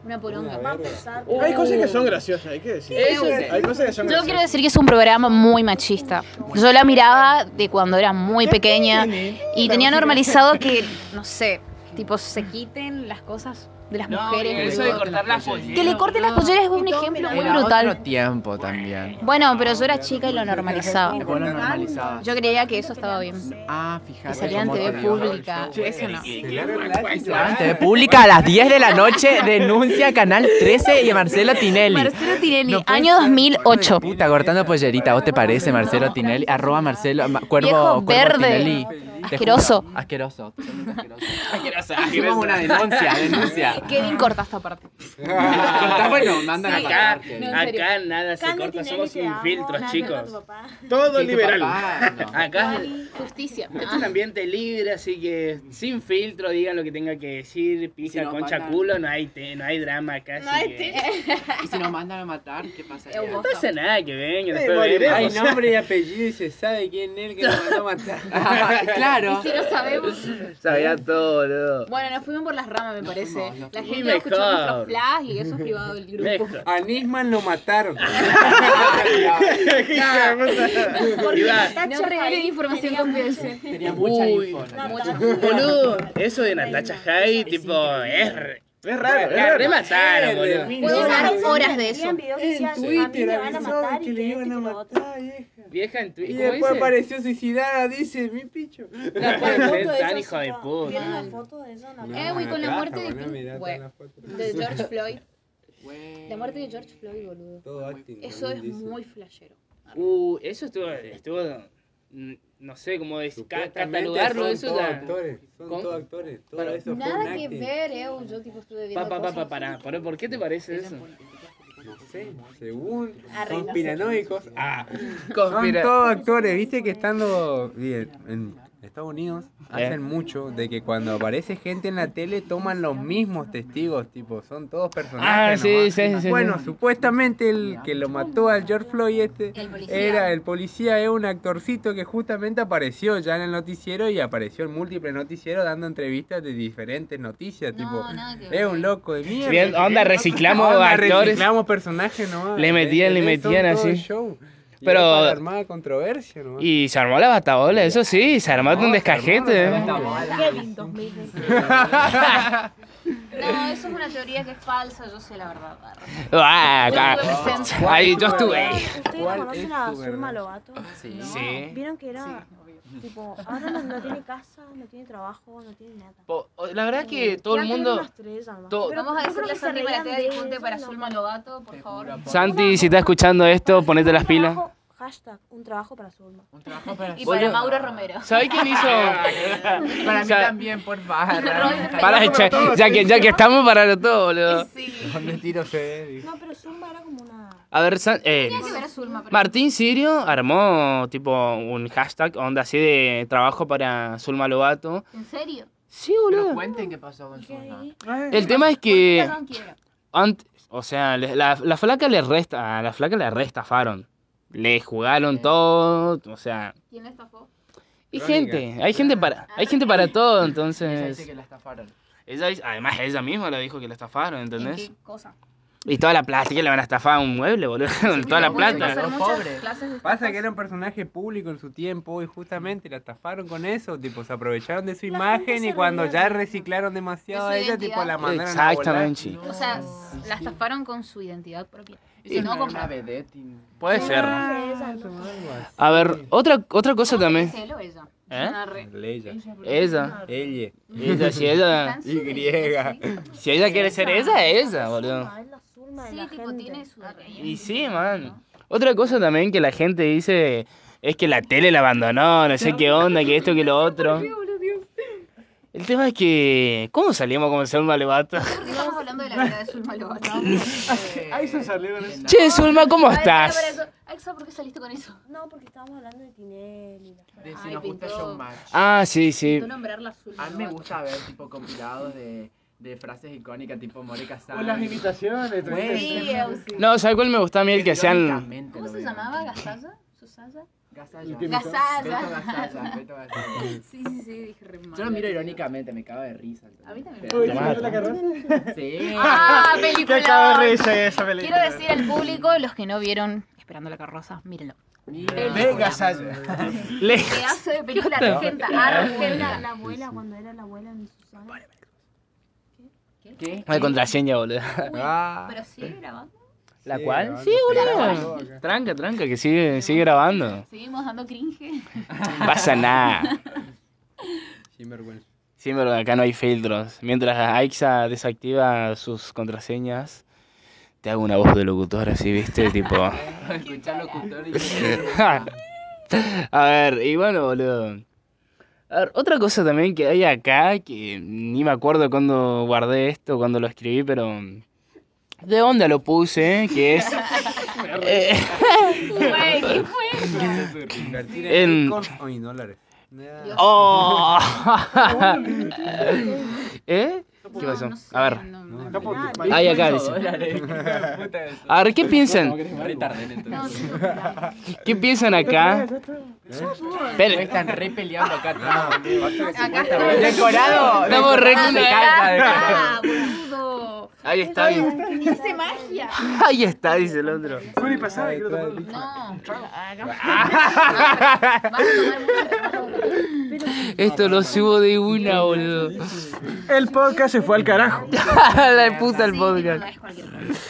[SPEAKER 3] Una poronga.
[SPEAKER 5] Va a pesar.
[SPEAKER 1] Uh,
[SPEAKER 5] Hay
[SPEAKER 7] Hay cosas que son graciosas, hay que decir.
[SPEAKER 1] Eso
[SPEAKER 3] es-
[SPEAKER 7] Hay cosas que son
[SPEAKER 3] Eh, Yo
[SPEAKER 7] graciosas.
[SPEAKER 3] quiero decir que es un programa muy machista. Yo la miraba de cuando era muy pequeña y tenía normalizado que, no sé, tipo se quiten las cosas de las
[SPEAKER 1] No,
[SPEAKER 3] mujeres.
[SPEAKER 1] eso de
[SPEAKER 3] boludo.
[SPEAKER 1] cortar las polleras.
[SPEAKER 3] que le corten las polleras es un ejemplo muy brutal.
[SPEAKER 4] tiempo también.
[SPEAKER 3] Bueno, pero yo era chica y lo normalizaba.
[SPEAKER 4] Vos lo normalizabas.
[SPEAKER 3] Yo creía que eso estaba bien.
[SPEAKER 4] Ah, fíjate.
[SPEAKER 3] Que salía en
[SPEAKER 4] cómo
[SPEAKER 3] TV
[SPEAKER 4] cambió.
[SPEAKER 3] pública. Eso no.
[SPEAKER 4] Ah, en TV pública a las 10 de la noche denuncia Canal 13 y a Marcelo Tinelli.
[SPEAKER 3] Marcelo Tinelli,
[SPEAKER 4] No puede
[SPEAKER 3] año
[SPEAKER 4] ser,
[SPEAKER 3] 2008.
[SPEAKER 4] Puta, cortando pollerita, ¿vos te parece Marcelo
[SPEAKER 3] No.
[SPEAKER 4] Tinelli? Arroba Marcelo, ma- cuervo,
[SPEAKER 3] Viejo
[SPEAKER 4] cuervo
[SPEAKER 3] verde.
[SPEAKER 4] Tinelli. Te
[SPEAKER 3] Asqueroso.
[SPEAKER 4] juro, Asqueroso. totalmente asqueroso.
[SPEAKER 1] Asquerosa,
[SPEAKER 4] Hicimos
[SPEAKER 1] asquerosa.
[SPEAKER 4] una denuncia, denuncia.
[SPEAKER 3] Kevin corta esta parte.
[SPEAKER 4] Cortá, bueno, mandan a
[SPEAKER 3] Sí.
[SPEAKER 4] matar.
[SPEAKER 1] Acá,
[SPEAKER 4] que- Ah,
[SPEAKER 3] No, en serio.
[SPEAKER 1] acá nada se
[SPEAKER 5] Cande
[SPEAKER 1] corta,
[SPEAKER 5] Tinelli,
[SPEAKER 1] somos
[SPEAKER 5] te amo,
[SPEAKER 1] infiltros,
[SPEAKER 5] nada,
[SPEAKER 1] chicos.
[SPEAKER 5] tu papá.
[SPEAKER 1] Todo
[SPEAKER 4] Sí, tu
[SPEAKER 1] liberal. Ah,
[SPEAKER 4] papá, no.
[SPEAKER 1] Acá es-
[SPEAKER 5] Juani.
[SPEAKER 3] Justicia. Ah,
[SPEAKER 1] es un ambiente libre, así que sin filtro digan lo que tenga que decir,
[SPEAKER 4] Si
[SPEAKER 1] pija,
[SPEAKER 4] nos
[SPEAKER 1] concha,
[SPEAKER 4] mandan-
[SPEAKER 1] culo, no hay, te- no hay drama acá.
[SPEAKER 3] No
[SPEAKER 1] así
[SPEAKER 3] hay
[SPEAKER 1] que-
[SPEAKER 4] Y si nos mandan a matar, ¿qué pasa?
[SPEAKER 3] Eh, vos.
[SPEAKER 1] No pasa nada que venga,
[SPEAKER 7] Eh,
[SPEAKER 1] después
[SPEAKER 7] moriremos.
[SPEAKER 1] vemos.
[SPEAKER 6] Hay nombre y apellido y se sabe quién es el que lo mandó a matar.
[SPEAKER 4] Ah, claro.
[SPEAKER 3] Si no sabemos.
[SPEAKER 1] Sabía todo, boludo.
[SPEAKER 3] Bueno, nos fuimos por las ramas, me
[SPEAKER 4] Nos
[SPEAKER 3] parece.
[SPEAKER 4] fuimos, nos
[SPEAKER 3] La
[SPEAKER 4] fuimos.
[SPEAKER 3] gente
[SPEAKER 1] Y
[SPEAKER 3] va a escuchar
[SPEAKER 1] mejor.
[SPEAKER 3] nuestro flash y eso es privado del grupo.
[SPEAKER 1] Mejor.
[SPEAKER 6] A Nisman lo mataron.
[SPEAKER 1] Iba-
[SPEAKER 3] No regalen información confidencial.
[SPEAKER 4] Tenía mucha
[SPEAKER 1] Uy.
[SPEAKER 4] info, ¿no?
[SPEAKER 5] Natacha.
[SPEAKER 1] Boludo, eso de Natacha High, tipo, es, re- es raro. La remataron, boludo.
[SPEAKER 3] Puedo
[SPEAKER 6] No,
[SPEAKER 3] hablar
[SPEAKER 6] no, no.
[SPEAKER 3] horas de eso.
[SPEAKER 5] Tenían videos que
[SPEAKER 6] En
[SPEAKER 5] decían, a mí
[SPEAKER 6] Twitter
[SPEAKER 5] me van a
[SPEAKER 6] avisaron
[SPEAKER 5] matar
[SPEAKER 6] que
[SPEAKER 5] y
[SPEAKER 6] le
[SPEAKER 5] que
[SPEAKER 6] iban
[SPEAKER 5] este
[SPEAKER 6] a
[SPEAKER 5] y que lo otro.
[SPEAKER 6] matar, vieja.
[SPEAKER 1] Vieja en
[SPEAKER 6] Y
[SPEAKER 1] Twitter. ¿Cómo
[SPEAKER 6] después
[SPEAKER 1] dice?
[SPEAKER 6] apareció suicidada, dice mi picho.
[SPEAKER 1] No puede
[SPEAKER 5] Una
[SPEAKER 1] ser
[SPEAKER 5] foto de
[SPEAKER 1] tan
[SPEAKER 5] ella,
[SPEAKER 1] hijo de
[SPEAKER 5] chica.
[SPEAKER 1] puta.
[SPEAKER 5] ¿Vieron la
[SPEAKER 3] Mal.
[SPEAKER 5] foto de ella?
[SPEAKER 6] Mm.
[SPEAKER 5] No.
[SPEAKER 3] Eh, güey, con la muerte de Pink- güey. De George Floyd.
[SPEAKER 4] Güey.
[SPEAKER 3] La muerte de George Floyd, boludo. Eso es muy flashero.
[SPEAKER 1] Uh, eso estuvo, estuvo, mm, no sé cómo decir, ca- catalogarlo, eso
[SPEAKER 6] todos
[SPEAKER 1] ya.
[SPEAKER 6] actores, son
[SPEAKER 1] ¿Cómo?
[SPEAKER 6] todos actores, todo
[SPEAKER 1] Para-
[SPEAKER 6] eso fue un
[SPEAKER 3] Nada que
[SPEAKER 6] acting.
[SPEAKER 3] ver, eh. Yo tipo estuve
[SPEAKER 1] Pa,
[SPEAKER 3] viendo
[SPEAKER 1] pa, pa, pa,
[SPEAKER 3] cosas.
[SPEAKER 1] pará, pará, ¿por qué te parece eso?
[SPEAKER 6] No sé, según
[SPEAKER 3] Arregla.
[SPEAKER 6] conspiranoicos, ah, son todos actores, viste que estando bien, en Estados Unidos
[SPEAKER 1] Eh.
[SPEAKER 6] hacen mucho de que cuando aparece gente en la tele toman los mismos testigos, tipo, son todos personajes.
[SPEAKER 1] Ah, sí,
[SPEAKER 6] nomás.
[SPEAKER 1] sí, sí, sí,
[SPEAKER 6] Bueno,
[SPEAKER 1] sí.
[SPEAKER 6] supuestamente el que lo mató al George Floyd este
[SPEAKER 3] El policía.
[SPEAKER 6] era el policía, es un actorcito que justamente apareció ya en el noticiero y apareció en múltiples noticieros dando entrevistas de diferentes noticias, tipo,
[SPEAKER 3] No, nada que ver.
[SPEAKER 6] es un loco de mierda.
[SPEAKER 1] Bien, onda, reciclamos
[SPEAKER 6] Onda,
[SPEAKER 1] actores.
[SPEAKER 6] Reciclamos personajes nomás.
[SPEAKER 1] Le metían, le
[SPEAKER 6] ¿entendés? Son
[SPEAKER 1] metían
[SPEAKER 6] todo
[SPEAKER 1] así.
[SPEAKER 6] show. Y
[SPEAKER 1] Pero-
[SPEAKER 6] es para armar controversia nomás.
[SPEAKER 1] Y se armó la batabola, eso sí, se armó un descajete.
[SPEAKER 5] Kevin 2020.
[SPEAKER 3] No, eso es una teoría que es falsa, yo sé la verdad. barra.
[SPEAKER 1] Ah,
[SPEAKER 3] Yo estuve presente.
[SPEAKER 1] Ay, yo estuve ahí.
[SPEAKER 5] ¿Ustedes
[SPEAKER 6] ¿Cuál
[SPEAKER 5] conocen
[SPEAKER 6] es
[SPEAKER 5] a
[SPEAKER 6] tu
[SPEAKER 5] Zulma
[SPEAKER 6] verdad?
[SPEAKER 5] Lovato?
[SPEAKER 4] Sí.
[SPEAKER 1] Sí.
[SPEAKER 5] Vieron que era
[SPEAKER 3] Sí, obvio.
[SPEAKER 5] tipo, ahora no, no tiene casa, no tiene trabajo, no tiene nada.
[SPEAKER 1] Po- La verdad que todo
[SPEAKER 5] Y
[SPEAKER 1] el
[SPEAKER 5] antes era
[SPEAKER 1] mundo...
[SPEAKER 5] una estrella, ¿no?
[SPEAKER 1] todo-
[SPEAKER 5] Pero
[SPEAKER 3] Vamos a
[SPEAKER 5] yo creo
[SPEAKER 3] decirle a
[SPEAKER 5] que se
[SPEAKER 3] Santi
[SPEAKER 5] reían
[SPEAKER 3] Maratea
[SPEAKER 5] de
[SPEAKER 3] difunte
[SPEAKER 5] eso,
[SPEAKER 3] para
[SPEAKER 5] no.
[SPEAKER 3] Zulma Lovato, por favor.
[SPEAKER 1] Santi, si está escuchando esto, ponete las pilas.
[SPEAKER 5] Trabajo Hashtag, un trabajo para su alma.
[SPEAKER 4] Un trabajo para
[SPEAKER 3] Y
[SPEAKER 4] su-
[SPEAKER 3] para Mauro Romero.
[SPEAKER 1] ¿Sabés quién hizo?
[SPEAKER 4] Para mí
[SPEAKER 1] Ya-
[SPEAKER 4] también, por favor.
[SPEAKER 1] Pará, che, ya, que, ya que estamos, paralo todo, boludo.
[SPEAKER 3] Sí.
[SPEAKER 6] ¿Dónde tiro se
[SPEAKER 5] No, pero Zumba era como una.
[SPEAKER 1] A ver, San- eh,
[SPEAKER 3] Tenía que ver a Zulma, pero-
[SPEAKER 1] Martín Sirio armó tipo un hashtag, onda así de trabajo para Zulma Lobato.
[SPEAKER 3] ¿En serio?
[SPEAKER 1] Sí,
[SPEAKER 4] Pero
[SPEAKER 1] boludo.
[SPEAKER 4] cuenten qué pasó con
[SPEAKER 5] ¿Y
[SPEAKER 4] su
[SPEAKER 5] qué
[SPEAKER 4] alma.
[SPEAKER 5] ahí?
[SPEAKER 6] Eh,
[SPEAKER 1] El tema es
[SPEAKER 3] ¿Por qué
[SPEAKER 1] que
[SPEAKER 3] la no quiero?
[SPEAKER 1] ant- o sea, le- la, la flaca le resta, a la flaca le restafaron. Le jugaron todo, o sea,
[SPEAKER 3] ¿Quién la estafó?
[SPEAKER 1] y
[SPEAKER 6] Crónica.
[SPEAKER 1] gente, hay gente para, hay gente para todo,
[SPEAKER 4] Ella dice
[SPEAKER 1] entonces.
[SPEAKER 4] que la estafaron.
[SPEAKER 1] Ella, además ella misma le dijo que la estafaron,
[SPEAKER 3] ¿En
[SPEAKER 1] ¿entendés?
[SPEAKER 3] qué cosa?
[SPEAKER 1] Y toda la plata, ¿qué le van a estafar un mueble, boludo? Con toda la
[SPEAKER 3] Porque pueden
[SPEAKER 1] plata.
[SPEAKER 3] pasar
[SPEAKER 4] Los
[SPEAKER 3] muchas
[SPEAKER 4] pobres.
[SPEAKER 3] clases de
[SPEAKER 6] Pasa
[SPEAKER 3] estafas.
[SPEAKER 6] que era un personaje público en su tiempo y justamente la estafaron con eso, tipo, se aprovecharon de su
[SPEAKER 5] La
[SPEAKER 6] imagen
[SPEAKER 5] gente
[SPEAKER 6] y
[SPEAKER 5] se
[SPEAKER 6] cuando
[SPEAKER 5] reía
[SPEAKER 6] ya
[SPEAKER 5] de-
[SPEAKER 6] reciclaron demasiado
[SPEAKER 3] De su
[SPEAKER 6] a ella,
[SPEAKER 3] identidad.
[SPEAKER 6] tipo, la mandaron a
[SPEAKER 1] Exactamente.
[SPEAKER 4] No.
[SPEAKER 3] O sea, la estafaron con su identidad propia.
[SPEAKER 4] Eso
[SPEAKER 3] no
[SPEAKER 4] no
[SPEAKER 3] con-
[SPEAKER 4] era una vedette. y-
[SPEAKER 1] Puede
[SPEAKER 5] No,
[SPEAKER 1] ser.
[SPEAKER 5] no
[SPEAKER 3] Ah.
[SPEAKER 5] sé, esa, no.
[SPEAKER 1] A ver, otra, otra cosa
[SPEAKER 3] ¿Cómo se
[SPEAKER 1] también.
[SPEAKER 3] dice él o ella?
[SPEAKER 1] ¿Eh?
[SPEAKER 3] Es una re-
[SPEAKER 6] volar. Ella.
[SPEAKER 1] Ella.
[SPEAKER 6] Ella.
[SPEAKER 1] Ella, si ella,
[SPEAKER 3] Está en su
[SPEAKER 6] Y.
[SPEAKER 3] derecho, sí.
[SPEAKER 1] si ella quiere ser esa, es esa, boludo.
[SPEAKER 5] Zulma, es la Zulma de
[SPEAKER 3] Sí,
[SPEAKER 5] la
[SPEAKER 3] tipo,
[SPEAKER 5] gente.
[SPEAKER 3] tiene su
[SPEAKER 1] Y sí, man. Otra cosa también que la gente dice es que la tele la abandonó, no sé qué onda, que esto, que lo otro. El tema es que, ¿cómo salimos con Zulma Lobato?
[SPEAKER 3] ¿Por qué estamos hablando de la vida de Zulma Lobato?
[SPEAKER 4] Eh,
[SPEAKER 7] Ahí se salió con eso.
[SPEAKER 1] Che, Zulma, ¿cómo
[SPEAKER 3] A ver, para, para
[SPEAKER 1] estás?
[SPEAKER 3] eso. Aixa, ¿por qué saliste con eso?
[SPEAKER 5] No, porque estábamos hablando de Tinelli. la-
[SPEAKER 4] De si
[SPEAKER 3] Ay,
[SPEAKER 4] nos gusta
[SPEAKER 3] pintó.
[SPEAKER 4] Showmatch.
[SPEAKER 1] Ah, sí, sí.
[SPEAKER 3] No nombrarla Zulma
[SPEAKER 4] A mí me
[SPEAKER 3] Lobato.
[SPEAKER 4] gusta ver tipo compilados de, de frases icónicas tipo More Casado.
[SPEAKER 7] O las imitaciones.
[SPEAKER 4] Güey.
[SPEAKER 7] ¿viste?
[SPEAKER 3] Sí, Eusi.
[SPEAKER 1] No, ¿sabes cuál me gusta a mí? El que sean...
[SPEAKER 3] ¿Cómo se llamaba? ¿Gasalla? ¿Susalla?
[SPEAKER 4] Gasalla.
[SPEAKER 7] Peto
[SPEAKER 3] Gasalla.
[SPEAKER 4] Gasalla. Peto Gasalla.
[SPEAKER 3] Sí, sí, sí, dije re mal.
[SPEAKER 4] Yo lo miro irónicamente, me cago de risa.
[SPEAKER 3] A mí también.
[SPEAKER 7] Uy, ¿te
[SPEAKER 1] Tomás.
[SPEAKER 7] acuerdas la carroza?
[SPEAKER 4] Sí.
[SPEAKER 3] ¡Ah,
[SPEAKER 7] Qué cago de
[SPEAKER 3] película!
[SPEAKER 7] risa esa película.
[SPEAKER 3] Quiero decir al público, los que no vieron Esperando la carroza, mírenlo.
[SPEAKER 4] Mira.
[SPEAKER 3] Ve
[SPEAKER 4] Gasalla.
[SPEAKER 1] Le-
[SPEAKER 3] Pedazo de película
[SPEAKER 1] Claro.
[SPEAKER 3] argenta,
[SPEAKER 5] La,
[SPEAKER 3] argenta.
[SPEAKER 5] la abuela, cuando era la abuela en Susana.
[SPEAKER 4] ¿Qué?
[SPEAKER 1] La contraseña, boludo.
[SPEAKER 6] Ah,
[SPEAKER 3] Pero sí grabando.
[SPEAKER 1] ¿La
[SPEAKER 6] sí,
[SPEAKER 1] cual?
[SPEAKER 6] grabando,
[SPEAKER 1] Sí,
[SPEAKER 6] grabando
[SPEAKER 1] boludo.
[SPEAKER 6] acá.
[SPEAKER 1] Tranca, tranca, que sigue, sigue grabando.
[SPEAKER 3] Seguimos dando cringe.
[SPEAKER 1] Pasa nada.
[SPEAKER 6] Sinvergüenza.
[SPEAKER 1] Sí, pero acá no hay filtros. Mientras Aixa desactiva sus contraseñas, te hago una voz de locutor así, ¿viste? tipo.
[SPEAKER 4] Escuchar locutor y
[SPEAKER 1] A ver, y bueno, boludo. A ver, otra cosa también que hay acá, que ni me acuerdo cuando guardé esto, cuando lo escribí, pero. De onda lo puse, que es. eh,
[SPEAKER 3] Güey, ¿qué fue eso?
[SPEAKER 6] Invertir
[SPEAKER 1] En-
[SPEAKER 6] en bitcoins o en dólares.
[SPEAKER 1] ¡Oh! ¿Eh? ¿Qué
[SPEAKER 3] No,
[SPEAKER 1] pasó?
[SPEAKER 3] no sé,
[SPEAKER 1] A ver.
[SPEAKER 3] no, no,
[SPEAKER 6] No,
[SPEAKER 3] no.
[SPEAKER 7] por-
[SPEAKER 1] Ahí acá dice. A ver, ¿qué piensan?
[SPEAKER 4] Retarden entonces.
[SPEAKER 1] ¿Qué piensan acá?
[SPEAKER 4] Pero
[SPEAKER 1] Esperen.
[SPEAKER 4] están re peleando acá atrás.
[SPEAKER 3] Acá
[SPEAKER 4] El
[SPEAKER 3] está.
[SPEAKER 4] decorado.
[SPEAKER 1] Estamos re
[SPEAKER 3] Ah,
[SPEAKER 1] calza, de
[SPEAKER 3] ah, boludo.
[SPEAKER 1] Ahí está.
[SPEAKER 3] Ah,
[SPEAKER 1] dice.
[SPEAKER 3] Hice magia.
[SPEAKER 1] Ahí está, dice el otro.
[SPEAKER 7] Juli, pasá, quiero tomar
[SPEAKER 3] No. Hagamos- Vamos a tomar mucho.
[SPEAKER 1] Esto lo subo de una, boludo.
[SPEAKER 7] El podcast se fue al carajo.
[SPEAKER 1] La de puta el
[SPEAKER 3] Sí, no
[SPEAKER 1] podcast.
[SPEAKER 3] es cualquier cosa.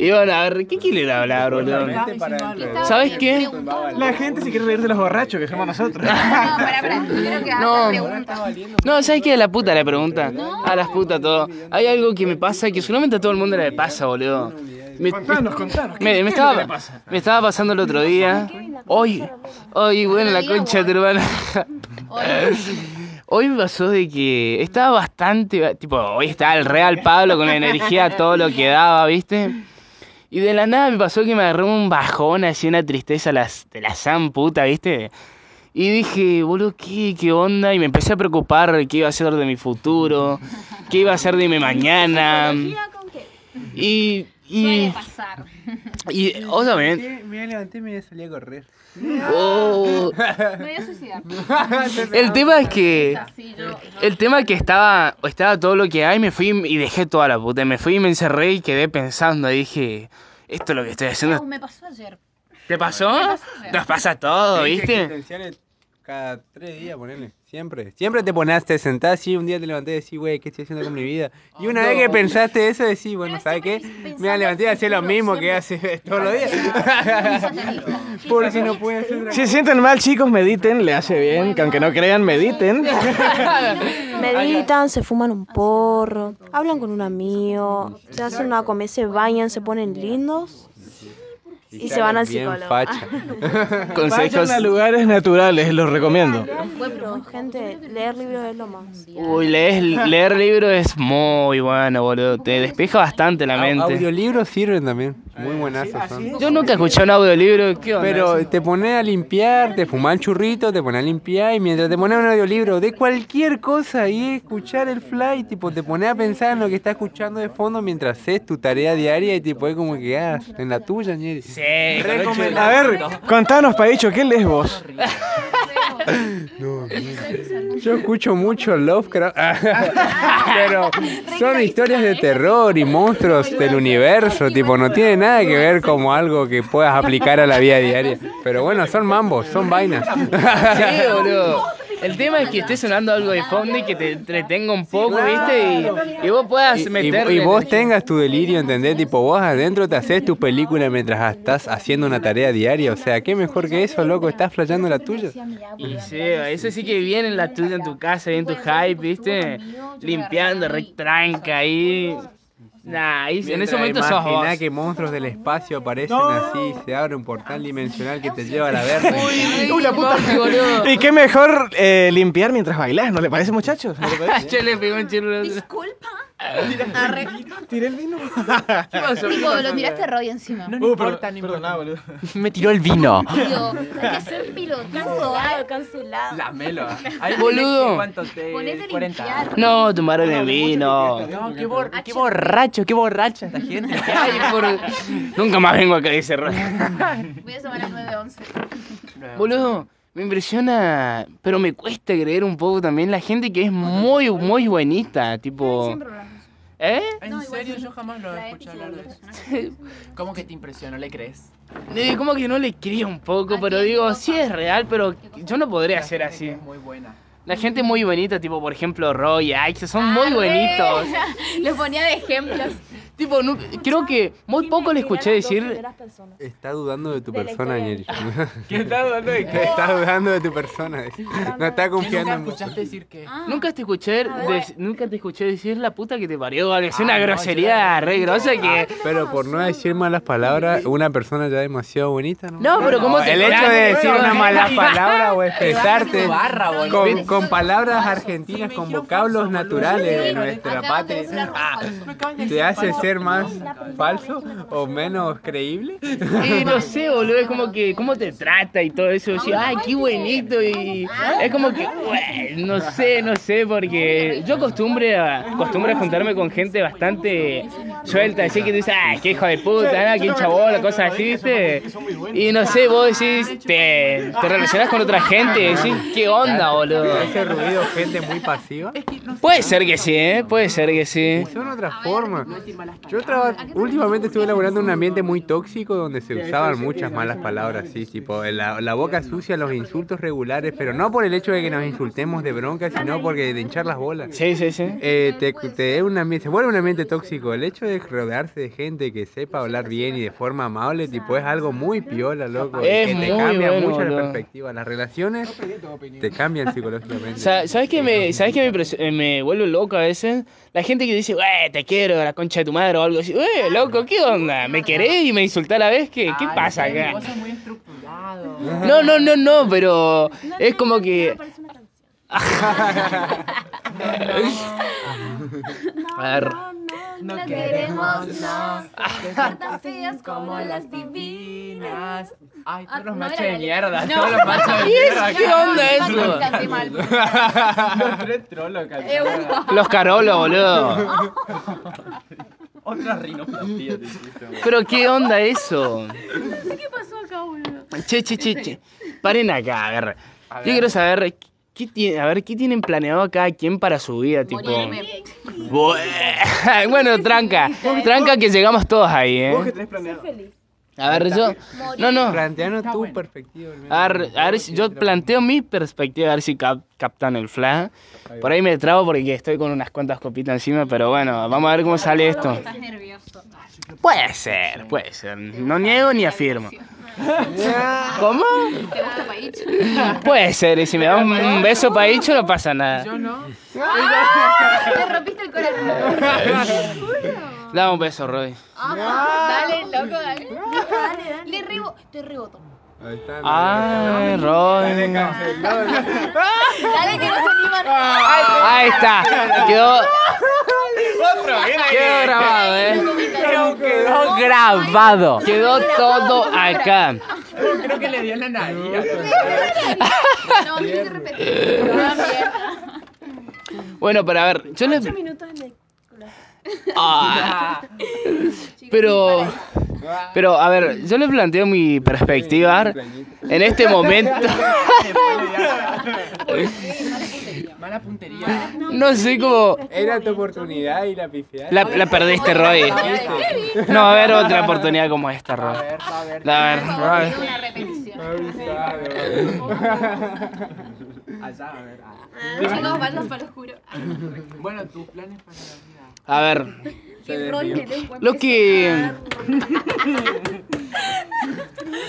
[SPEAKER 1] Y bueno, a ver, ¿qué quieren hablar, boludo?
[SPEAKER 6] Solamente para el-
[SPEAKER 3] Estaba
[SPEAKER 1] ¿Sabes qué?
[SPEAKER 3] preguntando.
[SPEAKER 7] La gente se quiere reír de los borrachos que somos nosotros.
[SPEAKER 3] No, pará, pará. Primero que hagas
[SPEAKER 1] No.
[SPEAKER 3] la pregunta.
[SPEAKER 1] No, ¿sabes qué? A la puta le pregunta. A las putas todo. Hay algo que me pasa que solamente a todo el mundo le pasa, boludo. Me,
[SPEAKER 7] Contanos, contanos.
[SPEAKER 1] me- me estaba, me estaba pasando el otro día. Hoy, hoy, bueno, la concha de tu hermana.
[SPEAKER 3] Oye,
[SPEAKER 1] Hoy me pasó de que estaba bastante. Tipo, hoy estaba el Real Pablo con energía, todo lo que daba, ¿viste? Y de la nada me pasó que me agarró un bajón, así una tristeza las, de la san puta, ¿viste? Y dije, boludo, ¿qué, ¿qué onda? Y me empecé a preocupar qué iba a hacer de mi futuro, qué iba a hacer de mi mañana.
[SPEAKER 5] con qué?
[SPEAKER 1] Y.
[SPEAKER 3] suele
[SPEAKER 1] Y.
[SPEAKER 3] pasar.
[SPEAKER 1] y oh, también.
[SPEAKER 6] Sí, Me levanté y me salí a correr.
[SPEAKER 1] Oh.
[SPEAKER 3] Me voy a suicidar.
[SPEAKER 1] El tema es que.
[SPEAKER 3] Sí, yo-
[SPEAKER 1] El tema que estaba, estaba todo lo que hay, me fui y dejé toda la puta. Me fui y me encerré y quedé pensando. Y dije, esto es lo que estoy
[SPEAKER 3] Oh,
[SPEAKER 1] haciendo.
[SPEAKER 3] me pasó ayer.
[SPEAKER 1] ¿Te pasó? Nos pasa todo,
[SPEAKER 6] Crisis
[SPEAKER 1] ¿viste?
[SPEAKER 6] existenciales Cada tres días, ponele. Siempre. Siempre te ponés, te sentás y un día te levanté y decís, güey, ¿qué estoy haciendo con mi vida? Y una
[SPEAKER 8] Oh,
[SPEAKER 6] vez que pensaste eso, decís, bueno,
[SPEAKER 3] Pero
[SPEAKER 6] ¿sabes
[SPEAKER 3] siempre
[SPEAKER 6] qué?
[SPEAKER 3] pensando
[SPEAKER 6] Me levanté y
[SPEAKER 3] en el
[SPEAKER 6] hacía lo
[SPEAKER 3] futuro,
[SPEAKER 6] mismo que hace todos los días. Porque no puede hacer otra
[SPEAKER 7] Si se sienten mal, chicos, mediten, le hace bien, que aunque no crean, mediten.
[SPEAKER 5] Meditan, se fuman un porro, hablan con un amigo, se hacen una comida, se bañan, se ponen lindos.
[SPEAKER 8] Y se van
[SPEAKER 6] sales
[SPEAKER 8] al
[SPEAKER 6] bien
[SPEAKER 8] psicólogo.
[SPEAKER 6] facha.
[SPEAKER 1] Consejos.
[SPEAKER 7] Vayan a lugares naturales, los recomiendo.
[SPEAKER 8] Buen pro, gente, leer libros es lo más.
[SPEAKER 1] Uy, lees- leer libros es muy bueno, boludo. Te despeja bastante la
[SPEAKER 6] Au-
[SPEAKER 1] mente.
[SPEAKER 6] Audiolibros sirven también. Muy buenazos
[SPEAKER 7] así
[SPEAKER 6] son.
[SPEAKER 7] es.
[SPEAKER 1] Yo nunca escuché un audiolibro. ¿Qué onda?
[SPEAKER 6] Pero te pones a limpiar, te fumás el churrito, te pones a limpiar y mientras te pones un audiolibro de cualquier cosa y escuchar el fly, tipo, te pones a pensar en lo que estás escuchando de fondo mientras haces tu tarea diaria y tipo, es como que ah, en la tuya, Ñeri.
[SPEAKER 1] Sí,
[SPEAKER 6] Recomendado.
[SPEAKER 7] A ver, contanos, Paicho, ¿qué lees vos?
[SPEAKER 6] Yo escucho mucho Lovecraft, ah, pero son historias de terror y monstruos del universo, tipo, no tiene nada que ver como algo que puedas aplicar a la vida diaria. Pero bueno, son mambos, son vainas.
[SPEAKER 1] Sí, boludo. El tema es que esté sonando algo de fondo y que te entretenga un poco, ¿viste? Y, y vos puedas
[SPEAKER 6] Y, y-
[SPEAKER 1] meterle.
[SPEAKER 6] y vos tengas tu delirio, ¿entendés? Tipo, vos adentro te haces tu película mientras estás haciendo una tarea diaria. O sea, qué mejor que eso, loco, estás flayando la tuya.
[SPEAKER 1] Y sí, eso sí que viene en la tuya, en tu casa, en tu
[SPEAKER 3] pues,
[SPEAKER 1] hype, ¿viste? Limpiando, re tranca ahí. Nah, ahí en ese momento sos vos.
[SPEAKER 6] Imaginá que monstruos del espacio aparecen así, se abre un portal dimensional que te lleva a la
[SPEAKER 1] Uy,
[SPEAKER 6] verga.
[SPEAKER 1] Ricky Morty, boludo.
[SPEAKER 7] Y qué mejor eh, limpiar mientras bailás, ¿no le parece, muchachos? ¿No le parece?
[SPEAKER 1] Yo le pegué un chirro. ¿Qué
[SPEAKER 3] Disculpa.
[SPEAKER 7] Tiré el vino.
[SPEAKER 1] pasó?
[SPEAKER 3] Tipo, lo tiraste a Roy encima.
[SPEAKER 7] Uh, importa, no importa. boludo.
[SPEAKER 1] Me tiró el vino.
[SPEAKER 3] Digo, hay que ser pilotudo.
[SPEAKER 8] Cancelado, cancelado.
[SPEAKER 9] La melo. ah. Ahí
[SPEAKER 1] Boludo.
[SPEAKER 9] tenés, ¿Cuánto
[SPEAKER 4] Eh,
[SPEAKER 9] te?
[SPEAKER 3] Ponete a
[SPEAKER 9] 40.
[SPEAKER 3] limpiar. Ah,
[SPEAKER 1] No, tomaron el vino.
[SPEAKER 9] No, qué, bor- qué borracho, qué borracha
[SPEAKER 4] ah,
[SPEAKER 9] esta gente.
[SPEAKER 1] Ay, por- Nunca más vengo acá, dice Roy.
[SPEAKER 3] Voy a llamar a 911.
[SPEAKER 1] Boludo, me impresiona, pero me cuesta creer un poco también la gente que es muy, muy buenista, tipo...
[SPEAKER 3] Siempre hablamos.
[SPEAKER 1] ¿Eh?
[SPEAKER 4] En
[SPEAKER 3] No, igual
[SPEAKER 4] serio,
[SPEAKER 3] sí.
[SPEAKER 4] yo jamás lo he
[SPEAKER 3] La
[SPEAKER 4] escuchado hablar de eso.
[SPEAKER 3] ética
[SPEAKER 4] ¿Cómo que te impresionó? ¿Le crees?
[SPEAKER 1] Eh, Como que no le cría un poco, pero digo, sí es real, pero yo no podría ser
[SPEAKER 4] La gente que
[SPEAKER 1] así.
[SPEAKER 4] Es muy buena.
[SPEAKER 1] La gente muy bonita, tipo, por ejemplo, Roy, Axe, son muy
[SPEAKER 3] Arre.
[SPEAKER 1] bonitos.
[SPEAKER 3] Los Ah, ponía de ejemplos.
[SPEAKER 1] Tipo, nu- creo que muy poco le escuché decir...
[SPEAKER 6] Está dudando de tu
[SPEAKER 5] De la
[SPEAKER 6] persona,
[SPEAKER 5] historia
[SPEAKER 6] Ñeri.
[SPEAKER 5] de
[SPEAKER 9] ¿Qué está dando de qué?
[SPEAKER 6] Está dudando de tu persona. No está
[SPEAKER 4] ¿Qué
[SPEAKER 6] confiando
[SPEAKER 4] nunca
[SPEAKER 6] en vos.
[SPEAKER 4] escuchaste decir que?
[SPEAKER 3] Ah.
[SPEAKER 1] Nunca te escuché, de- nunca te escuché decir la puta que te parió, algo, es
[SPEAKER 4] Ah,
[SPEAKER 1] una
[SPEAKER 4] no, yo
[SPEAKER 1] grosería
[SPEAKER 4] era
[SPEAKER 1] re grosa
[SPEAKER 6] Ah,
[SPEAKER 1] que...
[SPEAKER 6] Pero por no decir malas palabras, una persona ya demasiado bonita, ¿no?
[SPEAKER 1] No, pero ¿cómo te
[SPEAKER 6] El hecho
[SPEAKER 1] encontrás?
[SPEAKER 6] de decir
[SPEAKER 1] Bueno,
[SPEAKER 6] una mala
[SPEAKER 1] y-
[SPEAKER 6] palabra o expresarte
[SPEAKER 4] barra, boludo.
[SPEAKER 6] con, con palabras argentinas, con vocablos naturales de nuestra
[SPEAKER 3] Acá vamos a
[SPEAKER 6] patria,
[SPEAKER 3] hablar
[SPEAKER 6] ah,
[SPEAKER 3] con Juan.
[SPEAKER 6] ¿te hace ser más falso o menos creíble?
[SPEAKER 1] Y no sé, boludo, es como que cómo te trata y todo eso. Decís, ay, qué buenito. Y es como que, "Ué", no sé, no sé, porque yo costumbre a, costumbre a juntarme con gente bastante suelta, así que dices, ay, qué hijo de puta, ah, qué chabola, cosas así, ¿viste? Y no sé, vos decís, te, te relacionas con otra gente, decís, qué onda, boludo.
[SPEAKER 6] ¿Hace ruido gente muy pasiva?
[SPEAKER 1] Puede ser que sí, ¿eh? Puede ser que sí.
[SPEAKER 6] Y son otras formas. Yo traba- últimamente estuve elaborando un ambiente muy tóxico donde se usaban muchas malas palabras, sí, tipo la, la boca sucia, los insultos regulares, pero no por el hecho de que nos insultemos de bronca, sino porque de hinchar las bolas.
[SPEAKER 1] Sí, sí, sí.
[SPEAKER 6] Eh, te, te- es un ambiente, se vuelve un ambiente tóxico. El hecho de rodearse de gente que sepa hablar bien y de forma amable, tipo, es algo muy piola, loco. y
[SPEAKER 1] Es
[SPEAKER 6] que te
[SPEAKER 1] muy
[SPEAKER 6] cambia
[SPEAKER 1] bueno,
[SPEAKER 6] mucho la
[SPEAKER 1] boludo.
[SPEAKER 6] perspectiva. Las relaciones te cambian psicológicamente.
[SPEAKER 1] Sa- ¿Sabes qué me, ¿sabes qué me, impresio- eh, me vuelve loco a veces? La gente que dice, "Güey, te quiero, la concha de tu madre o algo así. "Güey, loco, ¿qué onda? ¿Me querés y me insultás a la vez? ¿Qué, qué
[SPEAKER 4] Ay,
[SPEAKER 1] pasa
[SPEAKER 4] sí,
[SPEAKER 1] acá?
[SPEAKER 4] Vos sos muy estructurado.
[SPEAKER 1] No, no, no, no, pero es como que... A ver.
[SPEAKER 4] No
[SPEAKER 3] La
[SPEAKER 4] queremos,
[SPEAKER 3] queremos,
[SPEAKER 4] no.
[SPEAKER 3] no.
[SPEAKER 4] Que sean tan feas como las divinas. Ay,
[SPEAKER 3] Ah,
[SPEAKER 4] todos los
[SPEAKER 3] no
[SPEAKER 4] machos
[SPEAKER 3] era
[SPEAKER 4] de
[SPEAKER 3] la-
[SPEAKER 4] mierda.
[SPEAKER 3] No.
[SPEAKER 4] Todos los machos de
[SPEAKER 1] ¿Y es-
[SPEAKER 4] mierda.
[SPEAKER 1] qué onda
[SPEAKER 3] Iba
[SPEAKER 1] eso?
[SPEAKER 3] que canté mal.
[SPEAKER 9] Los tres trolos, cara.
[SPEAKER 3] Eh, bueno.
[SPEAKER 1] Los Carolos, boludo.
[SPEAKER 9] Otra rinoplastía te hiciste, boludo.
[SPEAKER 1] Pero qué onda eso.
[SPEAKER 3] ¿Qué pasó acá, boludo?
[SPEAKER 1] Che, che, che, che. Paren acá, a ver.
[SPEAKER 9] A
[SPEAKER 1] Yo
[SPEAKER 9] ver.
[SPEAKER 1] quiero saber, ¿qué, tiene, a ver, ¿qué tienen planeado cada quien para su vida? Tipo...
[SPEAKER 3] Morirme.
[SPEAKER 1] Bue- Bueno, tranca. Tranca que llegamos todos ahí,
[SPEAKER 7] Vos que
[SPEAKER 1] ¿eh?
[SPEAKER 7] tenés planeado.
[SPEAKER 1] A ver, yo. No, no.
[SPEAKER 6] Planteanos tu perspectiva.
[SPEAKER 1] A ver, a ver si yo planteo mi perspectiva, a ver si cap- captan el flash. Por ahí me trabo porque estoy con unas cuantas copitas encima, pero bueno, vamos a ver cómo sale esto.
[SPEAKER 3] Estás nervioso.
[SPEAKER 1] Puede ser, puede ser. No niego ni afirmo. ¿Cómo?
[SPEAKER 3] ¿Te gusta Paicho?
[SPEAKER 1] Puede ser, y si me da un- un beso para dicho no pasa nada.
[SPEAKER 4] Yo no.
[SPEAKER 3] Me rompiste el corazón.
[SPEAKER 1] Dame un beso, Roy.
[SPEAKER 3] Dale, loco,
[SPEAKER 8] Dale,
[SPEAKER 3] dale.
[SPEAKER 8] dale.
[SPEAKER 3] Le rebo, te reboto.
[SPEAKER 6] Ahí está.
[SPEAKER 1] Ay, Ah, Roy.
[SPEAKER 3] Dale que no se animan.
[SPEAKER 1] Ahí está. Quedó. Quedó grabado, eh. Quedó grabado. Quedó todo acá.
[SPEAKER 4] Creo que le dio en la nariz.
[SPEAKER 3] No, me que repetir. No, bien.
[SPEAKER 1] Bueno, pero a ver, yo le.
[SPEAKER 5] Ocho minutos en el culazo.
[SPEAKER 1] Ah. Pero. Pero, a ver, yo le planteo mi perspectiva en este momento.
[SPEAKER 4] Mala puntería.
[SPEAKER 1] No sé cómo.
[SPEAKER 6] Era tu oportunidad y la pifiaste.
[SPEAKER 1] La, la perdiste, Roy. No va a haber otra oportunidad como esta,
[SPEAKER 4] A
[SPEAKER 1] Roy.
[SPEAKER 4] ver, a ver.
[SPEAKER 1] A
[SPEAKER 3] Por favor,
[SPEAKER 1] ver,
[SPEAKER 3] pido
[SPEAKER 1] Roy.
[SPEAKER 3] una repetición.
[SPEAKER 4] Allá, a ver. ah.
[SPEAKER 3] Chicos, vayan para lo oscuro.
[SPEAKER 4] Bueno, tus planes para la vida.
[SPEAKER 1] A ver.
[SPEAKER 3] Que Roy le dé un buen
[SPEAKER 1] Lo
[SPEAKER 3] beso.
[SPEAKER 1] que.